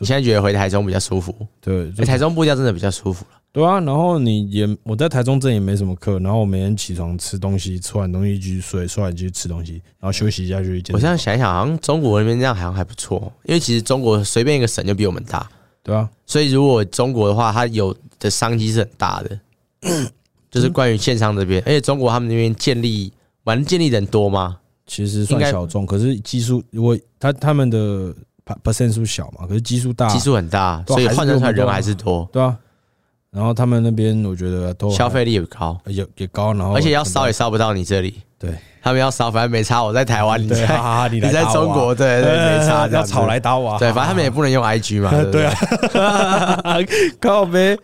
A: 你现在觉得回台中比较舒服？
B: 对，
A: 哎、
B: 就
A: 台中步调真的比较舒服了。
B: 对啊，然后你也我在台中这也没什么课，然后我每天起床吃东西，吃完东西继续睡，睡完继续吃东西，然后休息一下就去健
A: 我现
B: 身。
A: 在想一想，好像中国那边这样好像还不错，因为其实中国随便一个省就比我们大。
B: 对啊，
A: 所以如果中国的话，它有的商机是很大 的，就是关于线上这边，而且中国他们那边建立玩建立的人多吗？
B: 其实
A: 应
B: 算
A: 该
B: 小众，可是基数我他他们的 per- percent 数小嘛，可是基数大，
A: 基数很大，
B: 对啊
A: 所以换算出来人还
B: 还
A: 是
B: 是
A: 多，
B: 对啊。然后他们那边我觉得都还
A: 消费力也高，
B: 也也高，然后
A: 而且要烧也烧不到你这里。
B: 对
A: 他们要烧，反正没差。我在台湾，你
B: 对，哈
A: 在
B: 哈，你
A: 你
B: 来
A: 在
B: 打我啊
A: 中国，对对
B: 呃
A: 没 差，这
B: 要
A: 样子
B: 吵来打我啊，
A: 对，反正他们也不能用 IG 嘛，不
B: 对啊， 靠呗。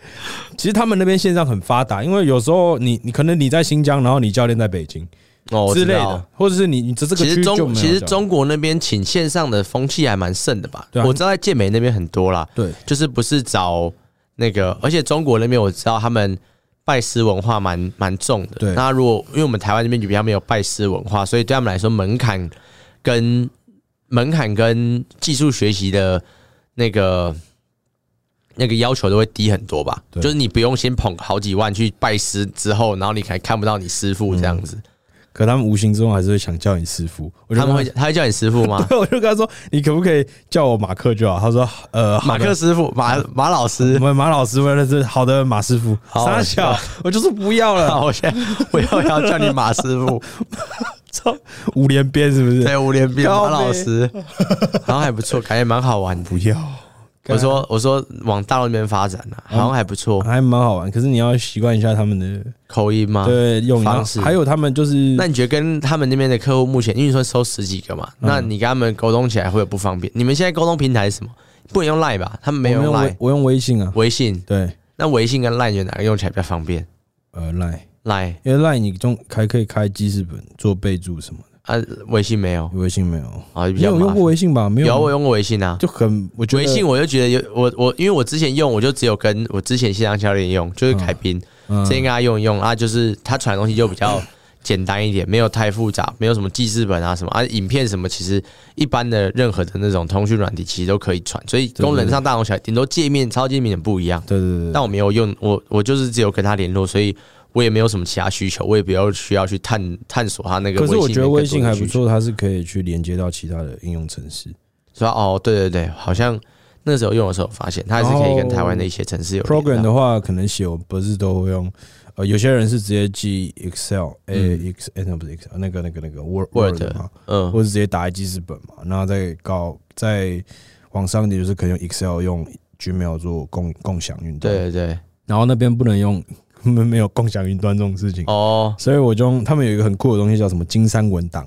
B: 其实他们那边线上很发达，因为有时候你你可能你在新疆，然后你教练在北京
A: 哦我
B: 之
A: 知
B: 类
A: 道
B: 的。，或者是你你这这个
A: 其
B: 区
A: 实
B: 就
A: 中
B: 没有
A: 其实
B: 教练
A: 中国那边请线上的风气还蛮盛的吧？
B: 对啊
A: 我知道在健美那边很多啦，
B: 对
A: 就是不是找那个，而且中国那边我知道他们拜师文化蛮蛮重的。
B: 对
A: 那如果因为我们台湾那边就比较没有拜师文化，所以对他们来说门槛跟门槛跟技术学习的那个那个要求都会低很多吧？
B: 对
A: 就是你不用先捧好几万去拜师之后，然后你还看不到你师傅这样子，
B: 可他们无形中还是会想叫你师傅，我就
A: 他们会
B: 跟
A: 他会叫你师傅吗？
B: 他 我就跟他说，你可不可以叫我马克就好？他说，呃，好
A: 马
B: 的
A: 克师傅，马马老
B: 我
A: 师。
B: 们马老师问的是好的，马师傅，
A: 好
B: 傻小，我就是不 要 了，
A: 我现在我又要叫你马师傅，
B: 操，五连鞭是不是？
A: 对，五连鞭
B: 靠
A: 马
B: 北
A: 老师，然后还不错，感觉蛮好玩的。
B: 不要，
A: 我说我说往大陆那边发展啊，
B: 嗯
A: 好像还不错，
B: 还蛮好玩，可是你要习惯一下他们的
A: 口音嘛。
B: 对用语，然
A: 方
B: 后
A: 式
B: 还有他们就是
A: 那你觉得跟他们那边的客户目前，因为你说收十几个嘛，
B: 嗯
A: 那你跟他们沟通起来会有不方便？你们现在沟通平台是什么？不能用 Line 吧？他们没有
B: 我
A: 用
B: 用微
A: Line，
B: 我用微信啊，
A: 微信。
B: 对，
A: 那微信跟 Line 你觉得哪个用起来比较方便
B: 呃，Line，
A: ？Line
B: 因为 Line 你中还可以开记事本做备注什么的，
A: 啊，微信没有
B: 微信没有，
A: 啊，比
B: 你
A: 较
B: 有
A: 麻
B: 用
A: 烦
B: 过。微信吧？没
A: 有
B: 有
A: 我
B: 吗，
A: 用过微信啊，
B: 就很我觉得
A: 微信我就觉得有我我，因为我之前用我就只有跟我之前线上教练用，就是凯宾，
B: 嗯
A: 之前跟他用一用啊，就是他传的东西就比较简单一点，没有太复杂，没有什么记事本啊什么啊，影片什么其实一般的任何的那种通讯软体其实都可以传，所以功能上大同小异，顶多界面超界面很不一样。
B: 对对对
A: 但
B: 对，
A: 我没有用，我我就是只有跟他联络，所以我也没有什么其他需求，我也不要需要去探探索他那个。
B: 可是我觉得微信还不
A: 错。
B: 错，它是可以去连接到其他的应用程式
A: 说哦，对对对，好像那时候用的时候发现，它还是可以跟
B: 然后
A: 台湾的一啊些城市有连到
B: 哦 program 的话，可能写我不是都会用，呃，有些人是直接记 Excel，哎，X 哎那不是 Excel，那个那个那个 Word
A: 嗯 Word
B: 嘛，
A: 嗯，
B: 或者直接打在记事本嘛，然后再搞再往上一点就是可以用 Excel 用 Gmail 做共共享运动，
A: 对对对，
B: 然后那边不能用， 没没有共享云端这种事情，
A: 哦
B: 所以我就用他们有一个很酷的东西叫什么金山文档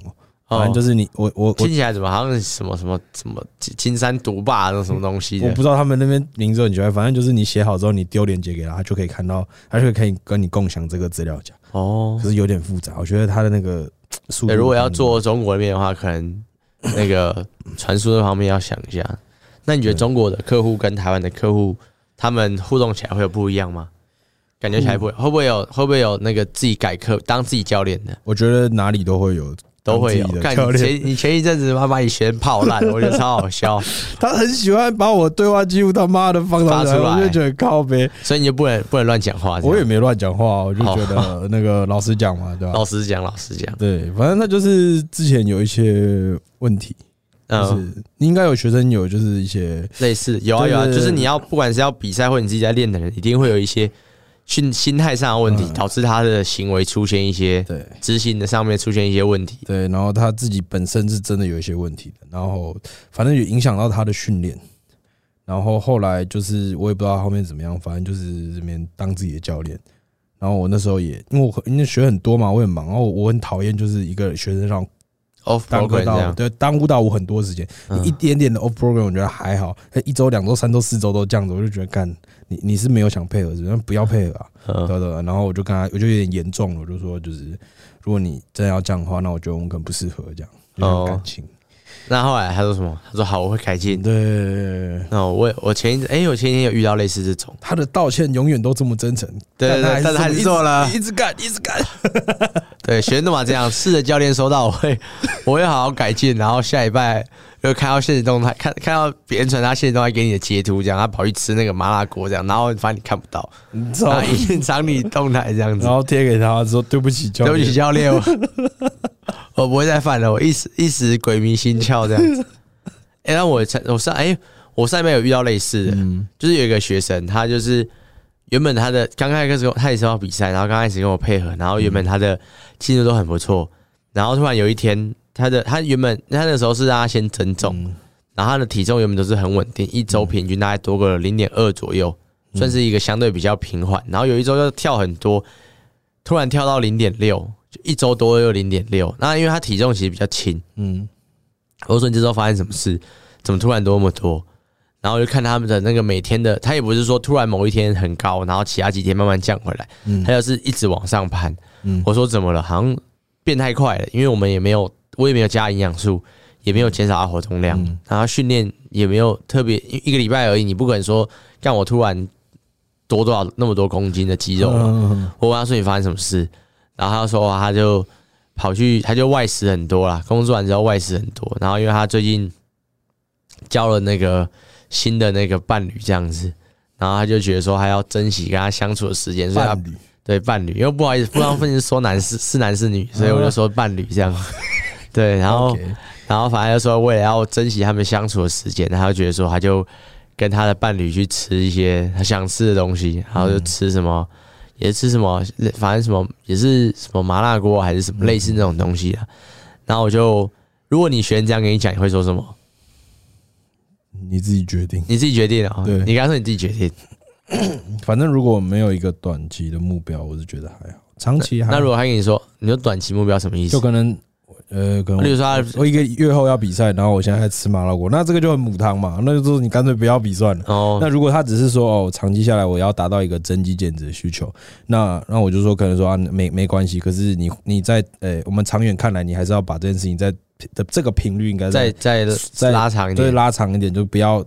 B: 哦，反
A: 哦
B: 正，就是你我我我
A: 听起来怎么好像是什么什么什么金金山独霸那种什么东西
B: 我
A: 的
B: 不知道他们那边名字很奇怪，反正就是你写好之后你丢链接给他，他就可以看到，他就可以跟你共享这个资料夹，
A: 哦
B: 可。是有点复杂，我觉得他的那个速度
A: 欸对，如果要
B: 很
A: 做中国那边的话，可能那个传输那方面要想一下。那你觉得中国的客户跟台湾的客户，他们互动起来会有不一样吗？感
B: 嗯
A: 觉起来不会，会不会有会不会有那个自己改课当自己教练的？
B: 我觉得哪里都会有
A: 都会有
B: 当自己。的
A: 看
B: 教
A: 你
B: 练
A: 前你前一阵子妈把你学泡 烂，我觉得超好笑，
B: 他很喜欢把我对话记录他妈的放
A: 发
B: 上
A: 出
B: 来，
A: 来
B: 我就觉得靠呗。
A: 所以你就不能不能乱讲话。这样
B: 我也没乱讲话，啊我就觉
A: 哦
B: 得那个老实讲嘛，对吧
A: 老？实讲，老实讲，
B: 对，反正他就是之前有一些问题，就
A: 嗯，
B: 是应该有学生有就是一些
A: 类似有啊有啊，
B: 对对
A: 就
B: 对
A: 是你要不管是要比赛或者你自己在练的人，一定会有一些心心态上的问题，导致他的行为出现一些
B: 嗯对
A: 执行的上面出现一些问题。
B: 对，然后他自己本身是真的有一些问题的，然后反正也影响到他的训练，然后后来就是我也不知道后面怎么样，反正就是这边当自己的教练。然后我那时候也因为我因为学很多嘛，我很忙，然后我很讨厌就是一个学生让
A: off
B: 耽误
A: program 这
B: 到，
A: 样，
B: 对，耽误到我很多时间。
A: 嗯
B: 一点点的 off program 我觉得还好，那一周、两周、三周、四周都这样子，我就觉得干你你是没有想配合，是不是不要配合啊，
A: 嗯
B: 对对。对然后我就跟他，我就有点严重了，我就说就是如果你真的要这样的话，那我觉得我们可能不适合这样，就
A: 哦
B: 是感情。
A: 那后来他说什么？他说好，我会改
B: 嗯
A: 进。
B: 对，
A: 那我我前一阵，哎，我前几天有遇到类似这种，
B: 他的道歉永远都这么真诚，
A: 对对对，但
B: 但
A: 是还
B: 他还
A: 是
B: 是
A: 做了。
B: 一直干，一直干。
A: 对，学生都嘛这样，是的，教练收到，我会我会好好改进，然后下礼拜就看到现实动态，看看到别人传他现实动态给你的截图，这样他跑去吃那个麻辣锅，这样，然后反正你看不到，
B: 你知道
A: 然
B: 吗
A: 后隐藏你动态这样子
B: 然。后贴给他说对不起，教
A: 对不
B: 练
A: 起，，教练，我我不会再犯了，我一时一时鬼迷心窍这样子。哎、那我上我上哎、我上面有遇到类似的，就是有一个学生，他就是原本他的刚开始跟我他也是要比赛，然后刚开始跟我配合，然后原本他的进度都很不错，然后突然有一天，他的他原本他那时候是让他先增重，然后他的体重原本都是很稳定，一周平均大概多个零点二左右，算是一个相对比较平缓。然后有一周就跳很多，突然跳到零点六，就一周多又零点六。那因为他体重其实比较轻，
B: 嗯，
A: 我说你这周发生什么事？怎么突然多那么多？然后就看他们的那个每天的，他也不是说突然某一天很高，然后其他几天慢慢降回来，
B: 嗯
A: 他就是一直往上攀。
B: 嗯
A: 我说怎么了？好像变太快了，因为我们也没有，我也没有加营养素，也没有减少他活动量，
B: 嗯
A: 然后训练也没有特别一一个礼拜而已，你不可能说干我突然多多少那么多公斤的肌肉嘛。
B: 嗯
A: 我问他说你发生什么事，然后他说哇他就跑去他就外食很多啦，工作完之后外食很多，然后因为他最近交了那个新的那个伴侣这样子，然后他就觉得说他要珍惜跟他相处的时间，所以他
B: 伴侣
A: 对伴侣，因为不好意思，不知道分说男是是男是女，所以我就说伴侣这 样。对，然后
B: OK
A: 然后反正就说为了要珍惜他们相处的时间，他就觉得说他就跟他的伴侣去吃一些他想吃的东西，然后就吃什么。嗯也是吃什么，反正什么也是什么麻辣锅还是什么类似那种东西啊。然后我就，如果你学生这样跟你讲，你会说什么？
B: 你自己决定。
A: 你自己决定啊、
B: 对
A: 你刚才说你自己决定。
B: 反正如果没有一个短期的目标，我是觉得还好。长期还好
A: 那如果他跟你说，你说短期目标什么意思
B: 就？可能呃，可能
A: 例如
B: 我
A: 说他
B: 我一个月后要比赛，然后我现在在吃麻辣锅，那这个就很母汤嘛，那就说你干脆不要比算了。
A: 哦，
B: 那如果他只是说哦，长期下来我要达到一个增肌减脂的需求，那那我就说可能说啊没没关系，可是你你在呃、我们长远看来，你还是要把这件事情在的这个频率应该
A: 再再
B: 再
A: 拉长一
B: 对
A: 点，
B: 拉长一点，就不要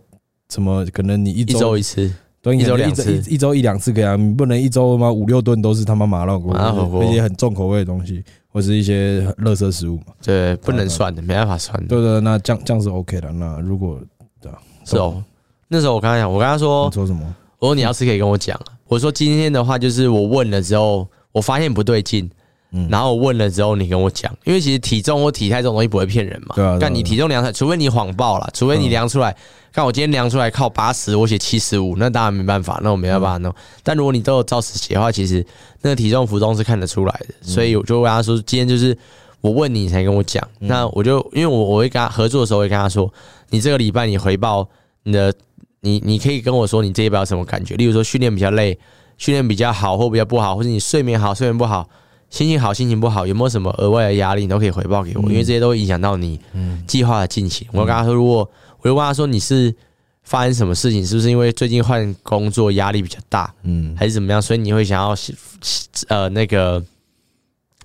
B: 什么可能你一
A: 一
B: 周
A: 周一次，
B: 对，
A: 一周
B: 你
A: 两次
B: 一一周一两次可以啊，你不能一周嘛五六顿都是他妈麻辣锅，
A: 麻辣火锅
B: 一些很重口味的东西，或是一些垃圾食物嘛。
A: 对，不能算的，没办法算的。
B: 对对，那这样这样是 OK 的。那如果啊
A: 是哦，那时候我刚才讲，我跟他说
B: 你，说什么？
A: 我说你要是可以跟我讲
B: 嗯
A: 啊，我说今天的话就是我问了之后，我发现不对劲，
B: 嗯
A: 然后我问了之后你跟我讲，因为其实体重或体态这种东西不会骗人嘛
B: 对啊对啊，
A: 但你
B: 对啊嗯
A: 体重量出来，除非你谎报了，除非你量出来，看我今天量出来靠八十，我写七十五，那当然没办法，那我没办法
B: 嗯
A: 弄。但如果你都有照实写的话，其实那个体重浮动是看得出来的，
B: 嗯
A: 所以我就跟他说，今天就是我问你，你才跟我讲。
B: 嗯
A: 那我就因为我我会跟他合作的时候，我会跟他说，你这个礼拜你回报你的，你你可以跟我说你这一拜有什么感觉，例如说训练比较累，训练比较好或比较不好，或者你睡眠好睡眠不好。心情好，心情不好，有没有什么额外的压力，你都可以回报给我，因为这些都会影响到你计划的进行。我跟他说，如果我就问他说你是发生什么事情，是不是因为最近换工作压力比较大，
B: 嗯
A: 还是怎么样，所以你会想要呃那个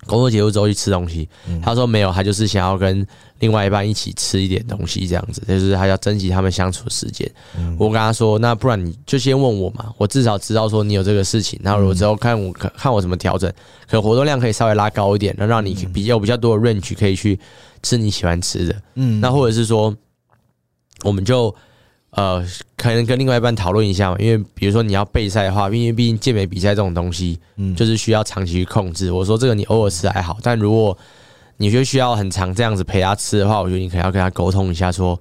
A: 工作结束之后去吃东西。他说没有，他就是想要跟另外一半一起吃一点东西，这样子，就是他要珍惜他们相处的时间。我跟他说，那不然你就先问我嘛，我至少知道说你有这个事情，那我之后看我可看我怎么调整，可能活动量可以稍微拉高一点，那让你比较有比较多的 range 可以去吃你喜欢吃的。
B: 嗯
A: 那或者是说，我们就呃，可能跟另外一半讨论一下嘛，因为比如说你要备赛的话，因为毕竟健美比赛这种东西，
B: 嗯
A: 就是需要长期去控制。我说这个你偶尔吃还好，但如果你就需要很长这样子陪他吃的话，我觉得你可能要跟他沟通一下说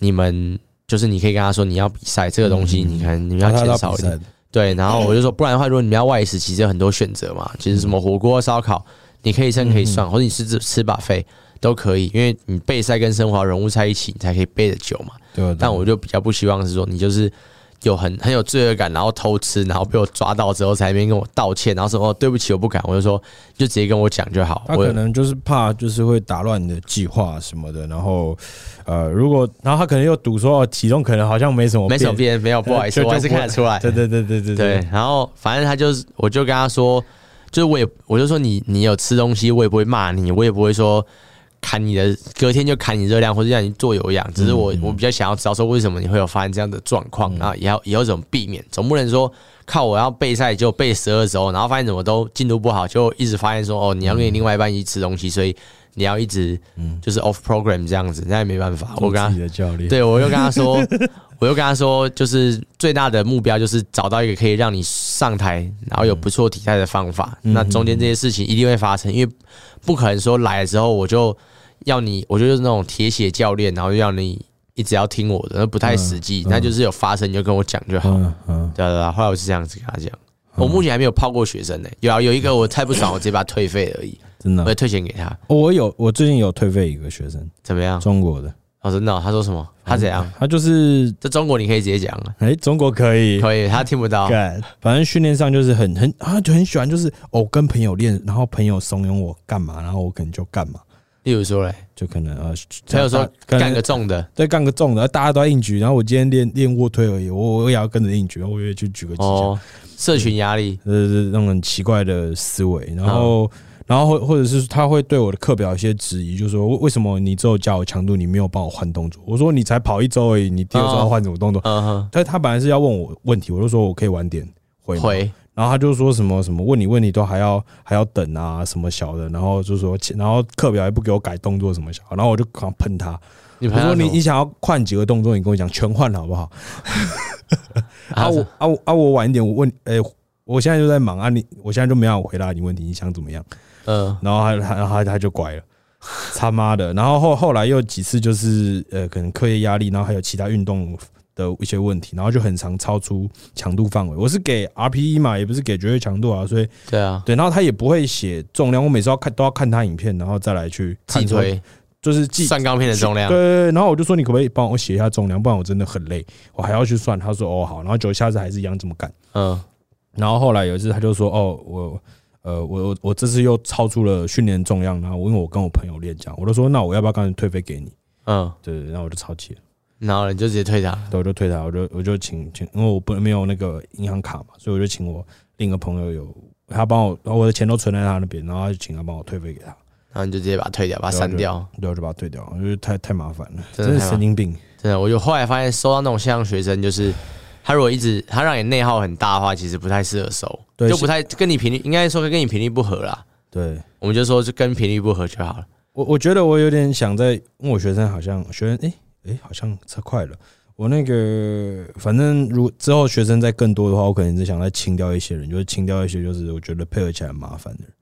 A: 你们。就是你可以跟他说你要比赛这个东西，你可能你们要
B: 他
A: 减
B: 到
A: 少一
B: 比
A: 点
B: 赛，的
A: 对，然后我就说，不然的话，如果你们要外食，其实有很多选择嘛，其实什么火锅、烧烤，你可以称可以算，或者你吃吃把费都可以，因为你备赛跟生活融入在一起，你才可以备的久嘛。
B: 对吧？
A: 但我就比较不希望是说你就是有很很有罪恶感，然后偷吃，然后被我抓到之后才在那边跟我道歉，然后说哦对不起我不敢，我就说你就直接跟我讲就好。
B: 他
A: 我
B: 可能就是怕，就是会打乱你的计划什么的。然后，呃，如果然后他可能又赌说哦体重可能好像没什么
A: 没什么变，没有不好意思，
B: 就就
A: 我还是
B: 不
A: 看得出来。
B: 对对对对对
A: 对，，然后反正他就是，我就跟他说，就是我也我就说你你有吃东西，我也不会骂你，我也不会说砍你的，隔天就砍你热量或者让你做有氧，只是
B: 嗯
A: 我、我比较想要知道说为什么你会有发生这样的状况，然后也要也有怎么避免，总不能说靠我要备赛就备十二周，然后发现怎么都进度不好，就一直发现说哦你要
B: 嗯
A: 跟你另外一半一起吃东西，所以你要一直就是 off program 这样子，那也没办法，我跟他
B: 自己的教练，
A: 对，我又跟他 说，我又跟他说，就是最大的目标就是找到一个可以让你上台，然后有不错体态的方法。
B: 嗯
A: 那中间这些事情一定会发生，因为不可能说来的时候我就要你，我就是那种铁血教练，然后就要你一直要听我的，那不太实际。那就是有发生你就跟我讲就好。
B: 嗯嗯，
A: 对啊对啊，后来我是这样子跟他讲。我目前还没有泡过学生呢、有啊，有一个我太不爽，我直接把他退费而已，
B: 真的
A: 我也。退钱给他。
B: 哦我有，我最近有退费一个学生，
A: 怎么样？
B: 中嗯国的，
A: 哦，真的哦、他说什么？他怎样？
B: 他就是
A: 在中国你可以直接讲啊，
B: 哎，中国可以。
A: 可以，啊他听不到。
B: 干，反正训练上就是很很啊，就很喜欢，就是哦，跟朋友练，然后朋友怂恿我干嘛，然后我可能就干嘛，
A: 例如说嘞，
B: 就可能呃，
A: 朋友说
B: 可能
A: 干个重的
B: 再干个重的，大家都在硬举，然后我今天练练卧推而已，我我也要跟着硬举，然后我也去举个几下，呃、
A: 哦，社群压力，
B: 那种很奇怪的思维，然后。然后或或者是他会对我的课表有一些质疑，就说为为什么你只有教我强度，你没有帮我换动作？我说你才跑一周而已，你第二周要换什么动作？
A: 嗯哼，
B: 但他本来是要问我问题，我就说我可以晚点回嘛。
A: 回
B: 然后他就说什么什么问你问你都还要还要等啊什么小的，然后就说然后课表也不给我改动作什么小，然后我就狂喷他，
A: 你
B: 我
A: 朋
B: 说
A: 友
B: 你你
A: 你
B: 想要换几个动作，你跟我讲全换好不好？
A: 啊
B: 啊我
A: 我
B: 啊我啊我晚一点，我问，哎、我现在就在忙啊你，我现在就没有回答你问题，你想怎么样？
A: 嗯
B: 然后他他他他就拐了，他妈的！然后后后来又几次就是呃，可能课业压力，然后还有其他运动的一些问题，然后就很常超出强度范围。我是给 RPE 嘛，也不是给绝对强度啊，所以
A: 对啊，
B: 对，然后他也不会写重量，我每次要看都要看他影片，然后再来去
A: 自己
B: 看说
A: 推
B: 就是记
A: 算钢片的重量
B: 对，对对，然后我就说你可不可以帮我写一下重量，不然我真的很累，我还要去算。他说哦好，然后就下次还是一样这么干。
A: 嗯，
B: 然后后来有一次他就说哦我呃我我我这次又超出了训练重量，然后因为我跟我朋友练讲，我就说那我要不要干脆退费给你？
A: 嗯，
B: 对对，对然后我就超气了，
A: 然后你就直接退他，
B: 对，我就退他，我就我就请请，因为我不没有那个银行卡嘛，所以我就请我另一个朋友有他帮我，我的钱都存在他那边，然后他就请他帮我退费给他，
A: 然后你就直接把他退掉，把他删掉。
B: 对，我就把他退掉，因为太太麻烦了，
A: 真
B: 真
A: 的太
B: 是
A: 麻
B: 神经病。
A: 真的，我就后来发现收到那种像学生，就是他如果一直他让你内耗很大的话，其实不太适合收，
B: 对
A: 就不太跟你频率，应该说跟你频率不合啦。
B: 对，
A: 我们就说就跟频率不合就好了。
B: 我我觉得我有点想在，因为我学生好像学生，诶诶，好像太快了。我那个，反正如之后学生再更多的话，我可能只想再清掉一些人，就是清掉一些就是我觉得配合起来很麻烦的人，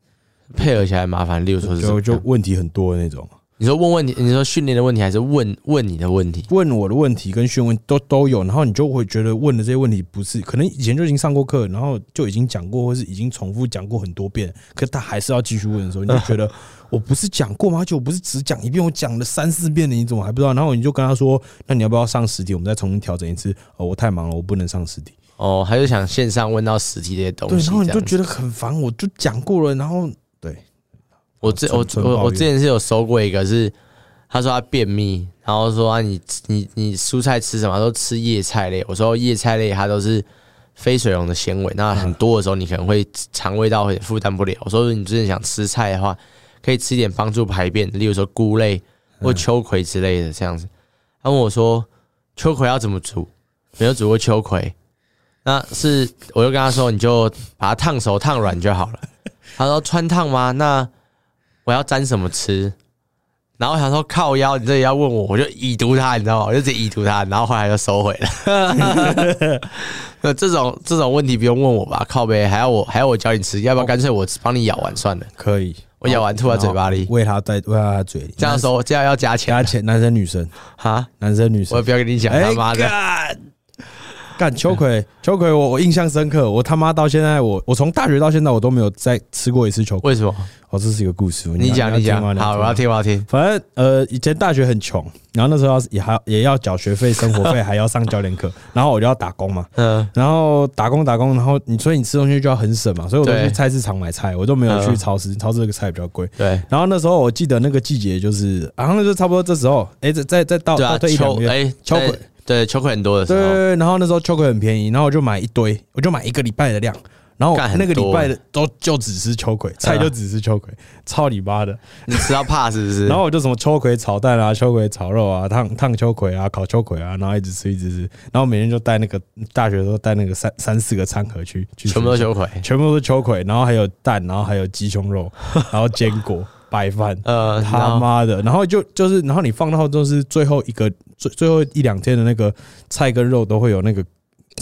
A: 配合起来麻烦，例如说是怎么
B: 就
A: 样
B: 就问题很多的那种。
A: 你说问问题，你说训练的问题还是问问你的问题？
B: 问我的问题跟询问都都有，然后你就会觉得问的这些问题不是，可能以前就已经上过课，然后就已经讲过，或是已经重复讲过很多遍，可他还是要继续问的时候，你就 觉得我不是讲过吗？而且我不是只讲一遍，我讲了三四遍了，你怎么还不知道？然后你就跟他说，那你要不要上实体？我们再重新调整一次。哦，我太忙了，我不能上实体。
A: 哦，他就想线上问到实体这些东
B: 对，
A: 西，
B: 然后你
A: 这
B: 就
A: 样子
B: 觉得很烦，我就讲过了，然后对，
A: 我之我
B: 纯纯啊抱
A: 我我
B: 怨
A: 之前是有收过一个是，他说他便秘，然后说啊你你你蔬菜吃什么？他说吃叶菜类。我说叶菜类它都是非水溶的纤维，
B: 嗯
A: 那很多的时候你可能会肠胃道会负担不了。所以如果你真的想吃菜的话，可以吃一点帮助排便，例如说菇类
B: 嗯
A: 或秋葵之类的这样子。他问我说秋葵要怎么煮？没有煮过秋葵，那是我就跟他说你就把它烫熟烫软就好了。他说穿烫吗？那我要沾什么吃？然后我想说靠腰，你这也要问我，我就已读他，你知道吗？我就直接已读他，然后后来就收回了。那 这种这种问题不用问我吧？靠呗，还要我还要我教你吃？要
B: 哦
A: 不要干脆我帮你咬完算了？
B: 可以，
A: 我咬完吐在嘴巴里
B: 然后喂它在喂它在嘴里，
A: 这样说这样要加钱
B: 哦加钱，男生女生，
A: 哈？
B: 男生女
A: 我
B: 生
A: 也，不要跟你讲他妈的，
B: 哎干干秋 葵，秋葵我我印象深刻，我他妈到现在我我从大学到现在我都没有再吃过一次秋葵。
A: 为什么？
B: 哦，这是一个故事，
A: 你讲
B: 要
A: 你
B: 听
A: 讲
B: 吗，
A: 好，我要。
B: 要听吗
A: 听我要听。
B: 反正呃，以前大学很穷，然后那时候要也还也要缴学费、生活费，还要上教练课，然后我就要打工嘛。
A: 嗯，
B: 然后打工打工，然后你所以你吃东西就要很省嘛，所以我都
A: 对
B: 去菜市场买菜，我都没有去
A: 嗯
B: 超市，超市这个菜比较贵。
A: 对
B: 然后那时候我记得那个季节就是，然后那就差不多这时候，哎，再再再到
A: 对啊
B: 倒，退一两
A: 秋
B: 个月，
A: 哎
B: 秋葵
A: 对对秋葵很多的时
B: 对对
A: 候，
B: 对，然后那时候秋葵很便宜，然后我就买一堆，我就买一个礼拜的量，然后
A: 干很
B: 那个礼
A: 多
B: 拜的都就只吃秋葵，菜就只吃秋葵，超你妈的！
A: 你吃到怕是不是？
B: 然后我就什么秋葵炒蛋啊、秋葵炒肉啊、烫烫秋葵啊、烤秋葵啊，然后一直吃一直吃，然后每天就带那个大学的时候带那个三三四个餐盒去去
A: 全部都
B: 学校
A: 秋葵。
B: 全部都是秋葵，然后还有蛋，然后还有鸡胸肉，然后坚果、白饭，
A: 呃，然
B: 他
A: 后
B: 妈的！然后就就是，然后你放到就是最后一个最最后一两天的那个菜跟肉都会有那个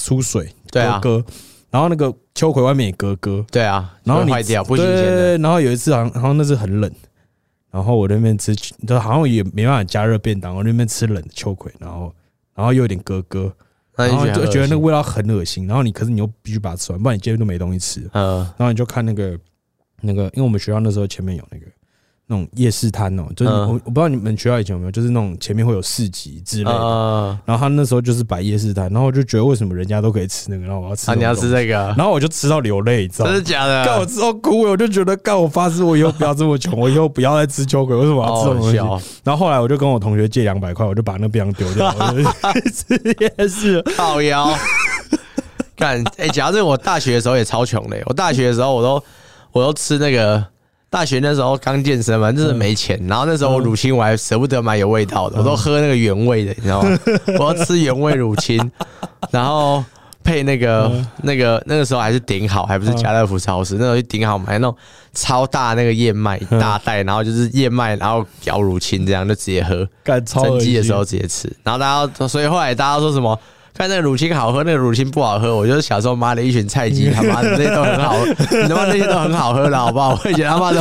B: 出水
A: 对啊
B: 割割，然后那个秋葵外面也割割，
A: 对啊，
B: 然后
A: 会
B: 你
A: 坏掉不新
B: 对
A: 鲜的，
B: 然后有一次好像好像那次很冷，然后我那边吃，就好像也没办法加热便当，我那边吃冷的秋葵，然后然后又有点咯咯，
A: 那
B: 然
A: 你
B: 后就
A: 很恶
B: 觉得那个
A: 心
B: 味道很恶心，然后你可是你又必须把它吃完，不然你今天都没东西吃。
A: 呃
B: 然后你就看那个那个，因为我们学校那时候前面有那个那种夜市摊哦，就是你
A: 嗯
B: 我我不知道你们学校以前有没有，就是那种前面会有市集之类的。
A: 呃，
B: 然后他那时候就是摆夜市摊，然后我就觉得为什么人家都可以吃那个，然后我要吃
A: 啊，
B: 这种东西，
A: 你要吃这个，
B: 然后我就吃到流泪，你知道
A: 真
B: 吗
A: 的？假的？
B: 干我吃到哭，我就觉得干我发誓，我以后不要这么穷，我以后不要再吃秋葵，为什么要吃这种东西？
A: 好好
B: 然后后来我就跟我同学借两百块，我就把那便当丢 掉，我就去吃夜市了。
A: 笑靠腰。干，哎、讲到这个，我大学的时候也超穷的、我大学的时候，我都我都吃那个。大学那时候刚健身嘛，就是没钱，然后那时候我乳清我还舍不得买有味道的，我都喝那个原味的，你知道吗？我要吃原味乳清，然后配那个、那个那个时候还是顶好，还不是家乐福超市，那时候就顶好买那种超大那个燕麦一大袋，然后就是燕麦，然后咬乳清这样就直接喝。
B: 干超
A: 蒸
B: 恶
A: 鸡的
B: 心
A: 时候直接吃，然后大家都所以后来大家说什么？看那个乳清好喝，那个乳清不好喝。我就是小时候妈的一群菜鸡，他妈的那些都很 好，你他妈那些都很好喝的好不好？我以前他妈都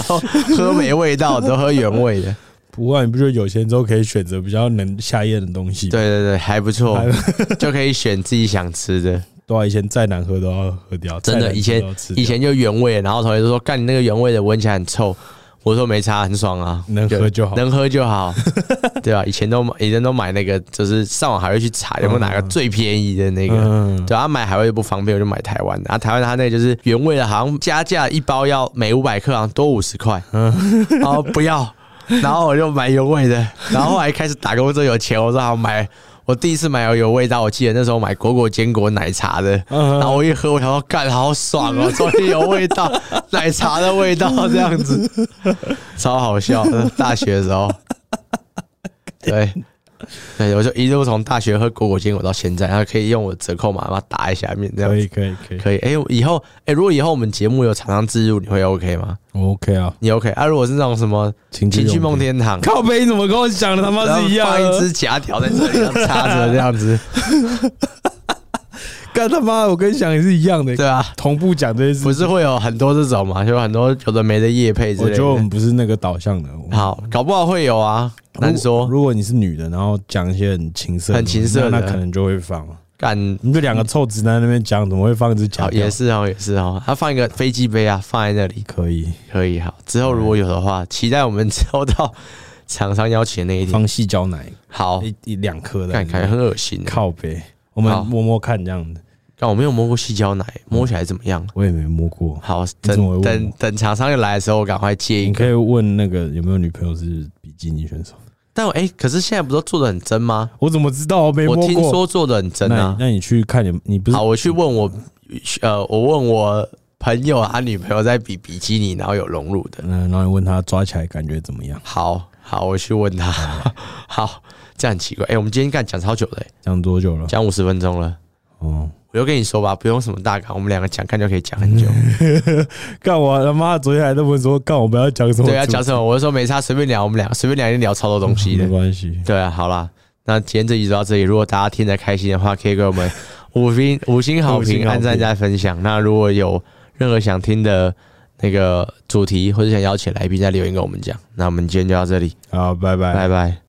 A: 喝没味道，都喝原味 的。
B: 不过你不觉得有钱之后可以选择比较能下咽的东西？
A: 对对对，还不错
B: 还，
A: 就可以选自己想吃的。
B: 对啊，以前再难喝都要喝掉，
A: 真
B: 再
A: 的，
B: 难
A: 以
B: 吃
A: 前
B: 都要吃掉
A: 以前就原味，然后同学就说：“干你那个原味的闻起来很臭。”我说：“没差，很爽啊，
B: 能喝就好
A: 能喝就 好。”对啊，以前都买以前都买那个，就是上网还会去查有没有哪个最便宜的那个。
B: 嗯
A: 对啊，买海外不方便，我就买台湾的。啊，台湾它那个就是原味的，好像加价一包要每五百克好像多五十块，
B: 嗯
A: 然后不要，然后我就买原味的。然后后来开始打工之后有钱，我说好买。我第一次买有有味道，我记得那时候买果果坚果奶茶的，
B: 嗯
A: 然后我一喝，我想说干好爽 哦，终于有味道，奶茶的味道这样子， 超好笑。那大学的时候，对。对，我就一路从大学喝果果坚果到现在，然后可以用我的折扣码把它打在下面，这样
B: 可
A: 子
B: 以可以可以
A: 可以。哎、以后哎、如果以后我们节目有厂商植入，你会 OK 吗？
B: ，OK 啊，
A: 你 OK 啊？如果是那种什么
B: 情
A: 情趣梦，天 堂，
B: 靠背你怎么跟我讲的他妈
A: 然后
B: 是一样
A: 放一
B: 的？
A: 只假条在这里然后插着这样 子，
B: 干他妈，我跟你讲也是一样的，
A: 对啊，
B: 同步讲这些
A: 不
B: 事。
A: 是会有很多这种嘛？就有很多有的没的夜配之
B: 我
A: 类
B: 觉得我
A: 的。
B: 们不是那个导向的。我
A: 好，搞不好会有啊，
B: 如果
A: 难说。
B: 如果你是女的，然后讲一些很情色的
A: 很
B: 东西、
A: 情色
B: 那
A: 的
B: 那可能就会放。
A: 干
B: 你们就两个臭直男在那边讲，怎么会放一只假
A: 好
B: 屌
A: 也是哦，也是哦。他放一个飞机杯啊，放在那里
B: 可以
A: 可以好。之后如果有的话，期待我们之后到厂商邀请的那一天。
B: 嗯放细胶奶，
A: 好，
B: 一一两颗的，
A: 看看很恶心。
B: 靠背，我
A: 好
B: 们摸摸看这样的，
A: 看我没有摸过细胶奶，摸起来怎么样？
B: 我也没摸过。
A: 好，
B: 嗯怎么
A: 等
B: 会问嗯我
A: 等等厂商又来的时候，我赶快接一
B: 你
A: 个。
B: 可以问那个有没有女朋友是比基尼选手？
A: 但我哎、可是现在不都做的很真吗？
B: 我怎么知道？我没摸
A: 我
B: 过。
A: 听说做的很真
B: 那你
A: 啊。
B: 那你去看你，你不是
A: 好，我去问我呃，我问我朋友他女朋友在比比基尼，然后有隆乳的，
B: 嗯，然后你问他抓起来感觉怎么样？
A: 好好，我去问他， 好，这样很奇怪。哎、我们今天干讲超久了、欸，
B: 讲多久了？
A: 讲五十分钟了。
B: 哦，
A: 我就跟你说吧，不用什么大纲，我们两个讲看就可以讲很久。
B: 干我他妈昨天还在问说，干我们要讲什么？
A: 对啊，讲什么？我就说没差，随便聊，我们两个随便聊一聊超多东西的
B: 没。关系。
A: 对啊，好啦，那今天这集就到这里。如果大家听得开心的话，可以给我 们五星五星好
B: 五星
A: 评、
B: 好评
A: 按赞加分享。那如果有任何想听的那个主题，或者想邀请来宾，再留言跟我们讲。那我们今天就到这里，
B: 好，拜拜。
A: 拜拜。